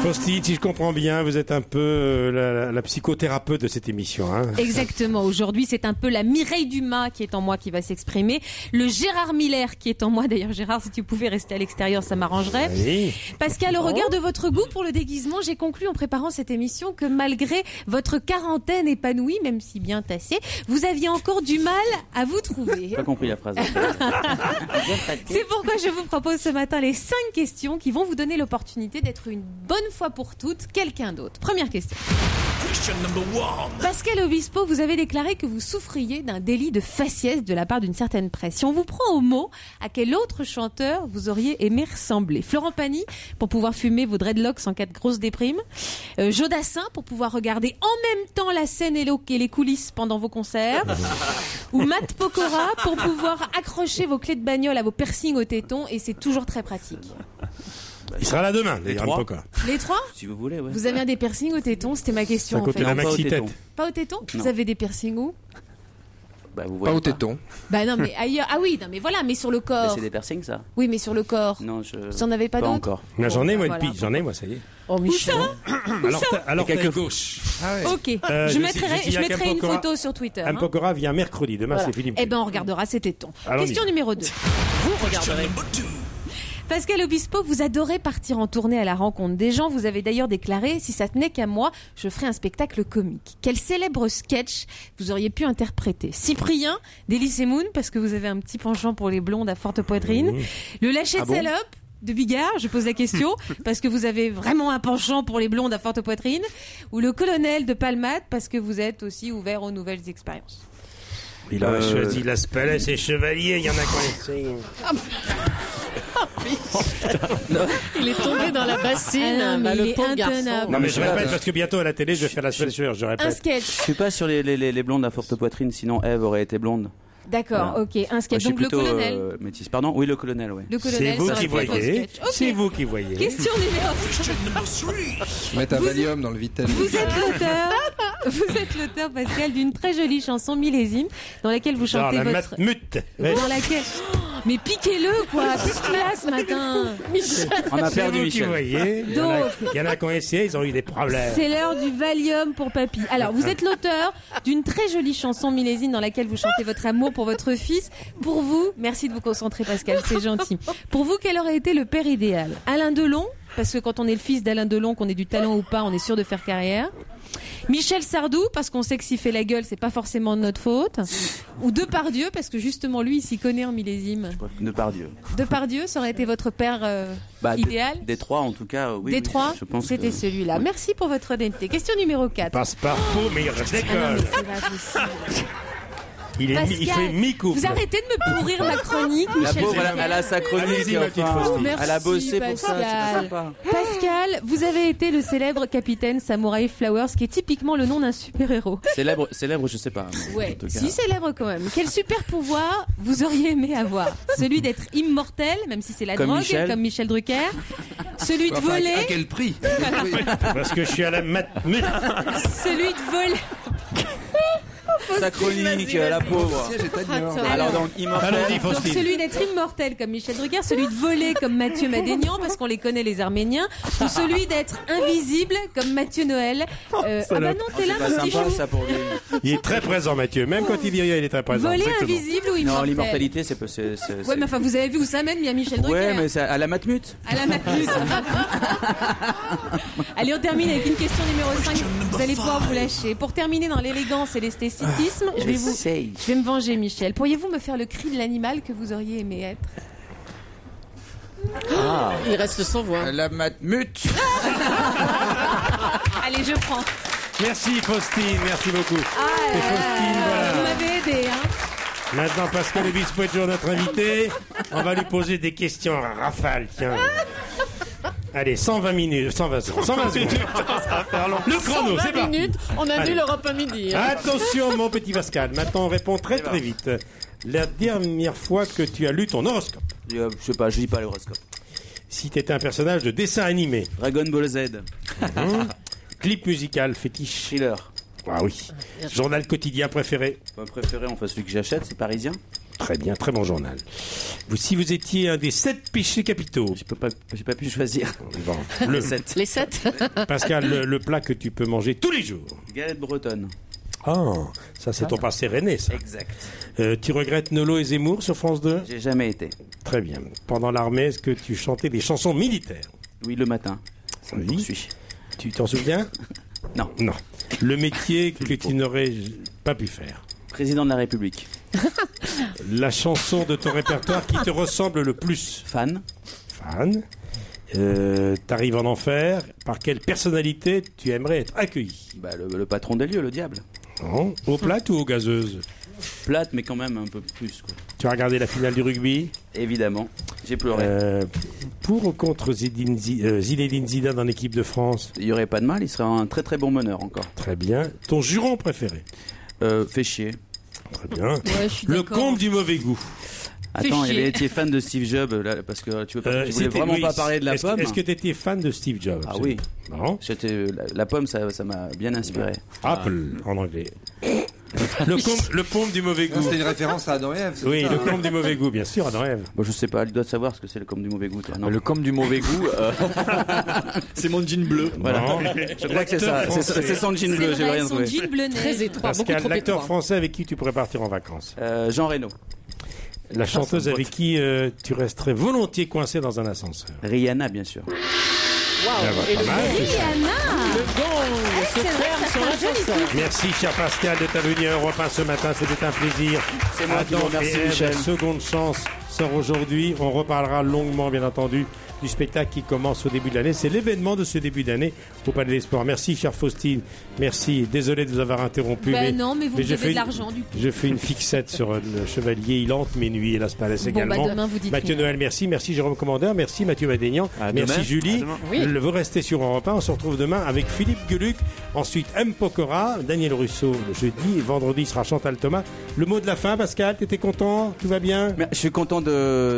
Speaker 3: Faustine, si je comprends bien, vous êtes un peu euh, la, la- la psychothérapeute de cette émission. hein.
Speaker 6: Exactement. Aujourd'hui, c'est un peu la Mireille Dumas qui est en moi qui va s'exprimer. Le Gérard Miller qui est en moi. D'ailleurs, Gérard, si tu pouvais rester à l'extérieur, ça m'arrangerait.
Speaker 3: Oui.
Speaker 6: Pascal,
Speaker 8: Oh.
Speaker 6: au regard de votre goût pour le déguisement, j'ai conclu en préparant cette émission que malgré votre quarantaine épanouie, même si bien tassée, vous aviez encore du mal à vous trouver.
Speaker 8: Pas compris la phrase.
Speaker 6: C'est pourquoi je vous propose ce matin les cinq questions qui vont vous donner l'opportunité d'être une bonne fois pour toutes quelqu'un d'autre. Première question. Pascal Obispo, vous avez déclaré que vous souffriez d'un délit de faciès de la part d'une certaine presse. Si on vous prend au mot, à quel autre chanteur vous auriez aimé ressembler Florent Pagny, pour pouvoir fumer vos dreadlocks en cas de grosse déprime. Euh, Jodassin, pour pouvoir regarder en même temps la scène et l'eau- et les coulisses pendant vos concerts. Ou Matt Pokora, pour pouvoir accrocher vos clés de bagnole à vos piercings au téton, et c'est toujours très pratique.
Speaker 3: Il sera là demain, d'ailleurs,
Speaker 8: trois.
Speaker 3: Poca.
Speaker 6: Les trois
Speaker 8: Si vous voulez, ouais.
Speaker 6: Vous avez un des piercings au téton C'était ma question.
Speaker 3: C'est à côté
Speaker 6: en
Speaker 3: de la
Speaker 6: fait.
Speaker 3: maxi-tête.
Speaker 6: Pas au téton
Speaker 8: Non.
Speaker 6: Vous avez des piercings où
Speaker 8: Bah, vous
Speaker 5: Pas
Speaker 8: voyez
Speaker 5: au téton.
Speaker 6: Bah non, mais ailleurs. Ah oui, non, mais voilà, mais sur le
Speaker 8: Mais
Speaker 6: corps.
Speaker 8: Bah, C'est des piercings, ça
Speaker 6: Oui, mais sur le corps.
Speaker 8: Non, je.
Speaker 6: Vous en avez pas
Speaker 8: Pas
Speaker 6: d'autres
Speaker 8: encore.
Speaker 3: Non, j'en ai, moi,
Speaker 6: Voilà.
Speaker 3: une pile. J'en ai, moi, ça y est.
Speaker 6: Oh, Michel.
Speaker 3: Alors, t'as- alors
Speaker 8: Et quelques
Speaker 3: t'as- gauche.
Speaker 5: Ah
Speaker 6: Ok,
Speaker 3: Euh,
Speaker 6: je
Speaker 3: je
Speaker 6: mettrai,
Speaker 3: sais- je dis
Speaker 6: je
Speaker 3: à
Speaker 6: mettrai
Speaker 3: Cam
Speaker 6: une
Speaker 3: Pokora-
Speaker 6: photo sur Twitter.
Speaker 3: Anne
Speaker 6: hein.
Speaker 3: Pokora vient mercredi. Demain,
Speaker 6: Voilà.
Speaker 3: c'est Philippe.
Speaker 6: Eh ben, on regardera ces tétons.
Speaker 3: Allons-y.
Speaker 6: Question numéro 2.
Speaker 7: Vous regarderez.
Speaker 6: Pascal Obispo, vous adorez partir en tournée à la rencontre des gens. Vous avez d'ailleurs déclaré si ça tenait qu'à moi, je ferais un spectacle comique. Quel célèbre sketch vous auriez pu interpréter Cyprien d'Elysée Moon, parce que vous avez un petit penchant pour les blondes à forte poitrine.
Speaker 21: Mmh.
Speaker 6: Le lâcher de
Speaker 21: Ah bon
Speaker 6: salope de Bigard, je pose la question, parce que vous avez vraiment un penchant pour les blondes à forte poitrine. Ou le colonel de Palmate, parce que vous êtes aussi ouvert aux nouvelles expériences.
Speaker 3: Il a
Speaker 16: Euh,
Speaker 3: choisi Las Palais et Chevalier. Il y en a qui ont essayé.
Speaker 7: Il est tombé dans la bassine.
Speaker 6: Ah non, mais
Speaker 7: Bah,
Speaker 6: il
Speaker 7: le
Speaker 6: est
Speaker 7: pauvre garçon.
Speaker 6: intenable.
Speaker 3: Non, mais je répète, parce que bientôt à la télé, je vais faire la seule je
Speaker 6: Un
Speaker 3: répète.
Speaker 6: sketch.
Speaker 8: Je suis pas sur les, les, les- les blondes à forte poitrine, sinon Eve aurait été blonde.
Speaker 6: D'accord,
Speaker 8: Voilà.
Speaker 6: ok. Un
Speaker 8: Ah. Moi,
Speaker 6: sketch.
Speaker 8: je suis
Speaker 6: Donc le
Speaker 8: plutôt,
Speaker 6: colonel.
Speaker 8: euh, métisse. Pardon, oui, le colonel, oui.
Speaker 6: Le colonel, C'est vous ça aurait qui pu être voyez. au sketch. Ok.
Speaker 3: C'est vous qui voyez.
Speaker 6: Question numéro
Speaker 5: Mettre un Valium dans le Vitel.
Speaker 6: Vous êtes l'auteur, Vous êtes l'auteur, Pascal, d'une très jolie chanson millésime dans laquelle vous
Speaker 3: Genre
Speaker 6: chantez
Speaker 3: la
Speaker 6: votre.
Speaker 3: matmut. Ouais.
Speaker 6: Dans laquelle. Oh, Mais piquez-le, quoi Qu'est-ce qu'il a ce matin
Speaker 3: C'est vous qui voyez. Il y en a-
Speaker 6: Donc.
Speaker 3: il y en a qui ont essayé, ils ont eu des problèmes.
Speaker 6: C'est l'heure du Valium pour papy. Alors, vous êtes l'auteur d'une très jolie chanson millésime dans laquelle vous chantez votre amour pour votre fils. Pour vous, merci de vous concentrer, Pascal, c'est gentil. Pour vous, quel aurait été le père idéal Alain Delon, parce que quand on est le fils d'Alain Delon, qu'on ait du talent ou pas, on est sûr de faire carrière. Michel Sardou, parce qu'on sait que s'il fait la gueule, c'est pas forcément de notre faute. Ou Depardieu, parce que justement lui, il s'y connaît en millésime.
Speaker 8: De par Dieu.
Speaker 6: Depardieu, ça aurait été votre père euh,
Speaker 8: Bah, des-
Speaker 6: idéal
Speaker 8: Des trois, en tout cas, oui.
Speaker 6: des
Speaker 8: oui,
Speaker 6: trois,
Speaker 8: je pense que-
Speaker 6: c'était celui-là. Merci pour votre honnêteté. Question numéro 4.
Speaker 3: Passe par peau,
Speaker 6: Ah,
Speaker 3: mais il décolle. Il, est mi- il fait mi-couple.
Speaker 6: Vous arrêtez de me pourrir ma chronique,
Speaker 8: La
Speaker 6: Michel.
Speaker 8: pauvre, elle a-
Speaker 6: Drucker.
Speaker 8: elle a sa chronique.
Speaker 3: Allez-y, ma petite
Speaker 8: enfin.
Speaker 3: Faustine.
Speaker 8: Elle a bossé pour ça, c'est pas
Speaker 6: Pascal.
Speaker 8: sympa.
Speaker 6: Pascal, vous avez été le célèbre capitaine Samurai Flowers, qui est typiquement le nom d'un super-héros.
Speaker 8: Célèbre, célèbre, je sais pas. mais en
Speaker 6: Ouais,
Speaker 8: tout cas.
Speaker 6: si célèbre quand même. Quel super pouvoir vous auriez aimé avoir Celui d'être immortel, même si c'est la
Speaker 3: Comme
Speaker 6: drogue,
Speaker 3: Michel.
Speaker 6: comme Michel Drucker. Celui de
Speaker 3: Enfin,
Speaker 6: voler.
Speaker 3: à quel prix Parce que je suis à la matmut.
Speaker 6: Celui de voler.
Speaker 8: Sa chronique, euh, la pauvre. Alors, donc, immortel.
Speaker 3: Allons-y,
Speaker 6: Donc celui d'être immortel comme Michel Drucker, celui de voler comme Mathieu Madénian parce qu'on les connaît les Arméniens, ou celui d'être invisible comme Mathieu Noël. Euh, ah bah non, t'es là mon petit chou.
Speaker 3: Il est très présent, Mathieu. Même quand il dit rien, il est très présent.
Speaker 6: Voler
Speaker 3: Exactement.
Speaker 6: invisible ou immortel
Speaker 8: Non, l'immortalité, c'est. pas- c'est- c'est-
Speaker 6: Ouais, mais enfin vous avez vu où ça mène, bien Michel
Speaker 8: c'est-
Speaker 6: Drucker.
Speaker 8: Ouais, mais c'est à la matmut.
Speaker 6: À la Matmut. Allez, on termine avec une question numéro 5. Vous allez pouvoir vous lâcher. Pour terminer dans l'élégance et l'esthétisme, je vais vous,
Speaker 8: J'essaye.
Speaker 6: je vais me venger, Michel. Pourriez-vous me faire le cri de l'animal que vous auriez aimé être
Speaker 7: Ah. Il reste sans voix.
Speaker 8: La matmut.
Speaker 6: Allez, je prends.
Speaker 3: Merci, Faustine. Merci beaucoup. Et Faustine,
Speaker 6: Euh,
Speaker 7: Ah.
Speaker 6: vous
Speaker 3: voilà.
Speaker 6: m'avez aidé, hein
Speaker 3: Maintenant, Pascal Obispo est toujours notre invité. On va lui poser des questions à rafale, tiens. Allez, 120 minutes, 120 secondes. 120 secondes. Le chrono, c'est
Speaker 7: 120
Speaker 3: parti.
Speaker 7: minutes, on a vu
Speaker 3: Allez.
Speaker 7: l'Europe à midi. hein.
Speaker 3: Attention, mon petit Pascal. Maintenant, on répond très très vite. La dernière fois que tu as lu ton horoscope.
Speaker 8: Je sais pas, je lis pas l'horoscope.
Speaker 3: Si t'étais un personnage de dessin animé.
Speaker 8: Dragon Ball Z.
Speaker 3: Mhm. Clip musical fétiche.
Speaker 8: Thriller.
Speaker 3: Ah oui. Journal quotidien préféré.
Speaker 8: Mon préféré, enfin celui que j'achète, c'est parisien.
Speaker 3: Très bien, très bon journal. Vous, si vous étiez un des sept péchés capitaux.
Speaker 8: Je peux pas, j'ai pas pu choisir.
Speaker 3: Bon, le,
Speaker 7: Les 7
Speaker 3: Pascal, le, le plat que tu peux manger tous les jours.
Speaker 8: Galette bretonne.
Speaker 3: Ah, ça c'est ton passé rennais, ça.
Speaker 8: Exact.
Speaker 3: Euh, tu regrettes Nolo et Zemmour sur France 2
Speaker 8: J'ai jamais été.
Speaker 3: Très bien. Pendant l'armée, est-ce que tu chantais des chansons militaires
Speaker 8: Oui, le matin.
Speaker 3: Ça me poursuit. Tu t'en souviens Non. Non. Le métier que tu n'aurais pas pu faire.
Speaker 8: Président de la République.
Speaker 3: La chanson de ton répertoire qui te ressemble le plus
Speaker 8: Fan.
Speaker 3: Fan. Euh, T'arrives en enfer. Par quelle personnalité tu aimerais être accueilli
Speaker 8: Bah, le, le patron des lieux, le diable.
Speaker 3: Non. Au plate ou aux gazeuses
Speaker 8: Plate, mais quand même un peu plus. Quoi.
Speaker 3: Tu as regardé la finale du rugby
Speaker 8: Évidemment. J'ai pleuré.
Speaker 3: Euh, Pour ou contre Zidine- Zi- euh, Zinedine Zidane en équipe de France
Speaker 8: Il y aurait pas de mal, il serait un très très bon meneur encore.
Speaker 3: Très bien. Ton juron préféré
Speaker 8: Euh, fait chier.
Speaker 3: Très bien.
Speaker 6: Ouais, je suis
Speaker 3: Le
Speaker 6: d'accord.
Speaker 3: comble du mauvais goût.
Speaker 8: Attends,
Speaker 6: Fait
Speaker 8: il
Speaker 6: chier.
Speaker 8: était fan de Steve Jobs là, parce que tu, veux pas,
Speaker 3: Euh,
Speaker 8: tu voulais
Speaker 3: c'était-
Speaker 8: vraiment
Speaker 3: oui,
Speaker 8: pas parler de la
Speaker 3: est-ce que-
Speaker 8: pomme.
Speaker 3: Est-ce que tu étais fan de Steve Jobs
Speaker 8: Ah oui.
Speaker 3: Non.
Speaker 8: J'étais- la, la pomme, ça ça m'a bien inspiré.
Speaker 3: Apple en anglais. Le comble, le comble du mauvais goût.
Speaker 5: Non, C'était une référence à Adam et Ève, c'est
Speaker 3: Oui,
Speaker 5: ça,
Speaker 3: le
Speaker 5: hein.
Speaker 3: comble du mauvais goût, bien sûr, Adam et Ève.
Speaker 8: Bon, je sais pas, elle doit savoir ce que c'est le com du mauvais goût, toi, non
Speaker 21: Le com du mauvais goût, euh, c'est mon jean bleu.
Speaker 8: Voilà.
Speaker 3: Non.
Speaker 8: Je crois que c'est ça.
Speaker 3: L'acteur
Speaker 8: C'est-
Speaker 3: français.
Speaker 8: C'est son jean bleu, j'ai rien trouvé.
Speaker 6: bleu
Speaker 7: Très étroit, beaucoup
Speaker 3: Pascal,
Speaker 7: trop
Speaker 3: l'acteur
Speaker 7: étroit.
Speaker 3: français avec qui tu pourrais partir en vacances.
Speaker 8: Euh, Jean Reno.
Speaker 3: La chanteuse avec qui euh, tu resterais volontiers coincé dans un ascenseur.
Speaker 8: Rihanna, bien sûr.
Speaker 3: Ah bah,
Speaker 7: Et
Speaker 3: pas
Speaker 7: le
Speaker 3: mal,
Speaker 7: gong,
Speaker 3: tout ça.
Speaker 6: Eh,
Speaker 7: le gong se ferme sur la chanson.
Speaker 3: Merci, cher Pascal, d'être venu à Europe 1 ce matin. C'était un plaisir.
Speaker 8: C'est moi qui vous
Speaker 3: Adam
Speaker 8: remercie,
Speaker 3: et Ève,
Speaker 8: Michel.
Speaker 3: Seconde chance sort aujourd'hui. On reparlera longuement, bien entendu, du spectacle qui commence au début de l'année. C'est l'événement de ce début d'année au Palais des Sports. Merci, chère Faustine. Merci. Désolé de vous avoir interrompu.
Speaker 6: Ben non, mais vous me
Speaker 3: je
Speaker 6: devez
Speaker 3: fais
Speaker 6: de
Speaker 3: une-
Speaker 6: l'argent, du coup.
Speaker 3: Je fais une fixette sur euh, le chevalier. Il hante mes nuits, hélas, Palais
Speaker 6: Bon, bah,
Speaker 3: également.
Speaker 6: demain, vous dites
Speaker 3: Mathieu
Speaker 6: rien.
Speaker 3: Noël, merci. Merci, Jérôme Commandeur. Merci, Mathieu Vadénian.
Speaker 21: À
Speaker 3: Merci,
Speaker 21: demain.
Speaker 3: Julie.
Speaker 21: À demain.
Speaker 7: Oui.
Speaker 3: Le- Vous restez sur Europe 1. On se retrouve demain avec Philippe Gueluc. Ensuite, M. Pokora, Daniel Russo le jeudi. Et vendredi sera Chantal Thomas. Le mot de la fin, Pascal, t'étais content Tout va bien
Speaker 8: Bah,
Speaker 3: Bah,
Speaker 8: Je suis content de.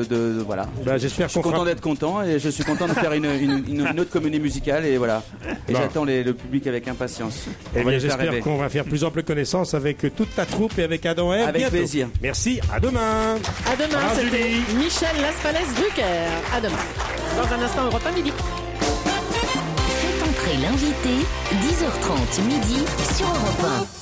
Speaker 8: de- de- voilà.
Speaker 3: j'espère
Speaker 8: Je suis
Speaker 3: qu'on
Speaker 8: content
Speaker 3: fera-
Speaker 8: d'être content et je suis content de faire une, une- une- une autre comédie musicale et voilà. Et
Speaker 3: Bon.
Speaker 8: j'attends les- le public avec impatience.
Speaker 3: Bah. Eh
Speaker 8: On va
Speaker 3: bien,
Speaker 8: les faire
Speaker 3: j'espère
Speaker 8: rêver.
Speaker 3: qu'on va faire plus ample connaissance avec toute ta troupe et avec Adam et
Speaker 8: Avec plaisir.
Speaker 3: Merci, à demain.
Speaker 7: À demain,
Speaker 3: Au revoir,
Speaker 7: c'était Michel Laspalès-Drucker. À demain. Dans un instant, Europe 1 midi.
Speaker 1: Faites entrer l'invité, 10h30 midi sur Europe 1.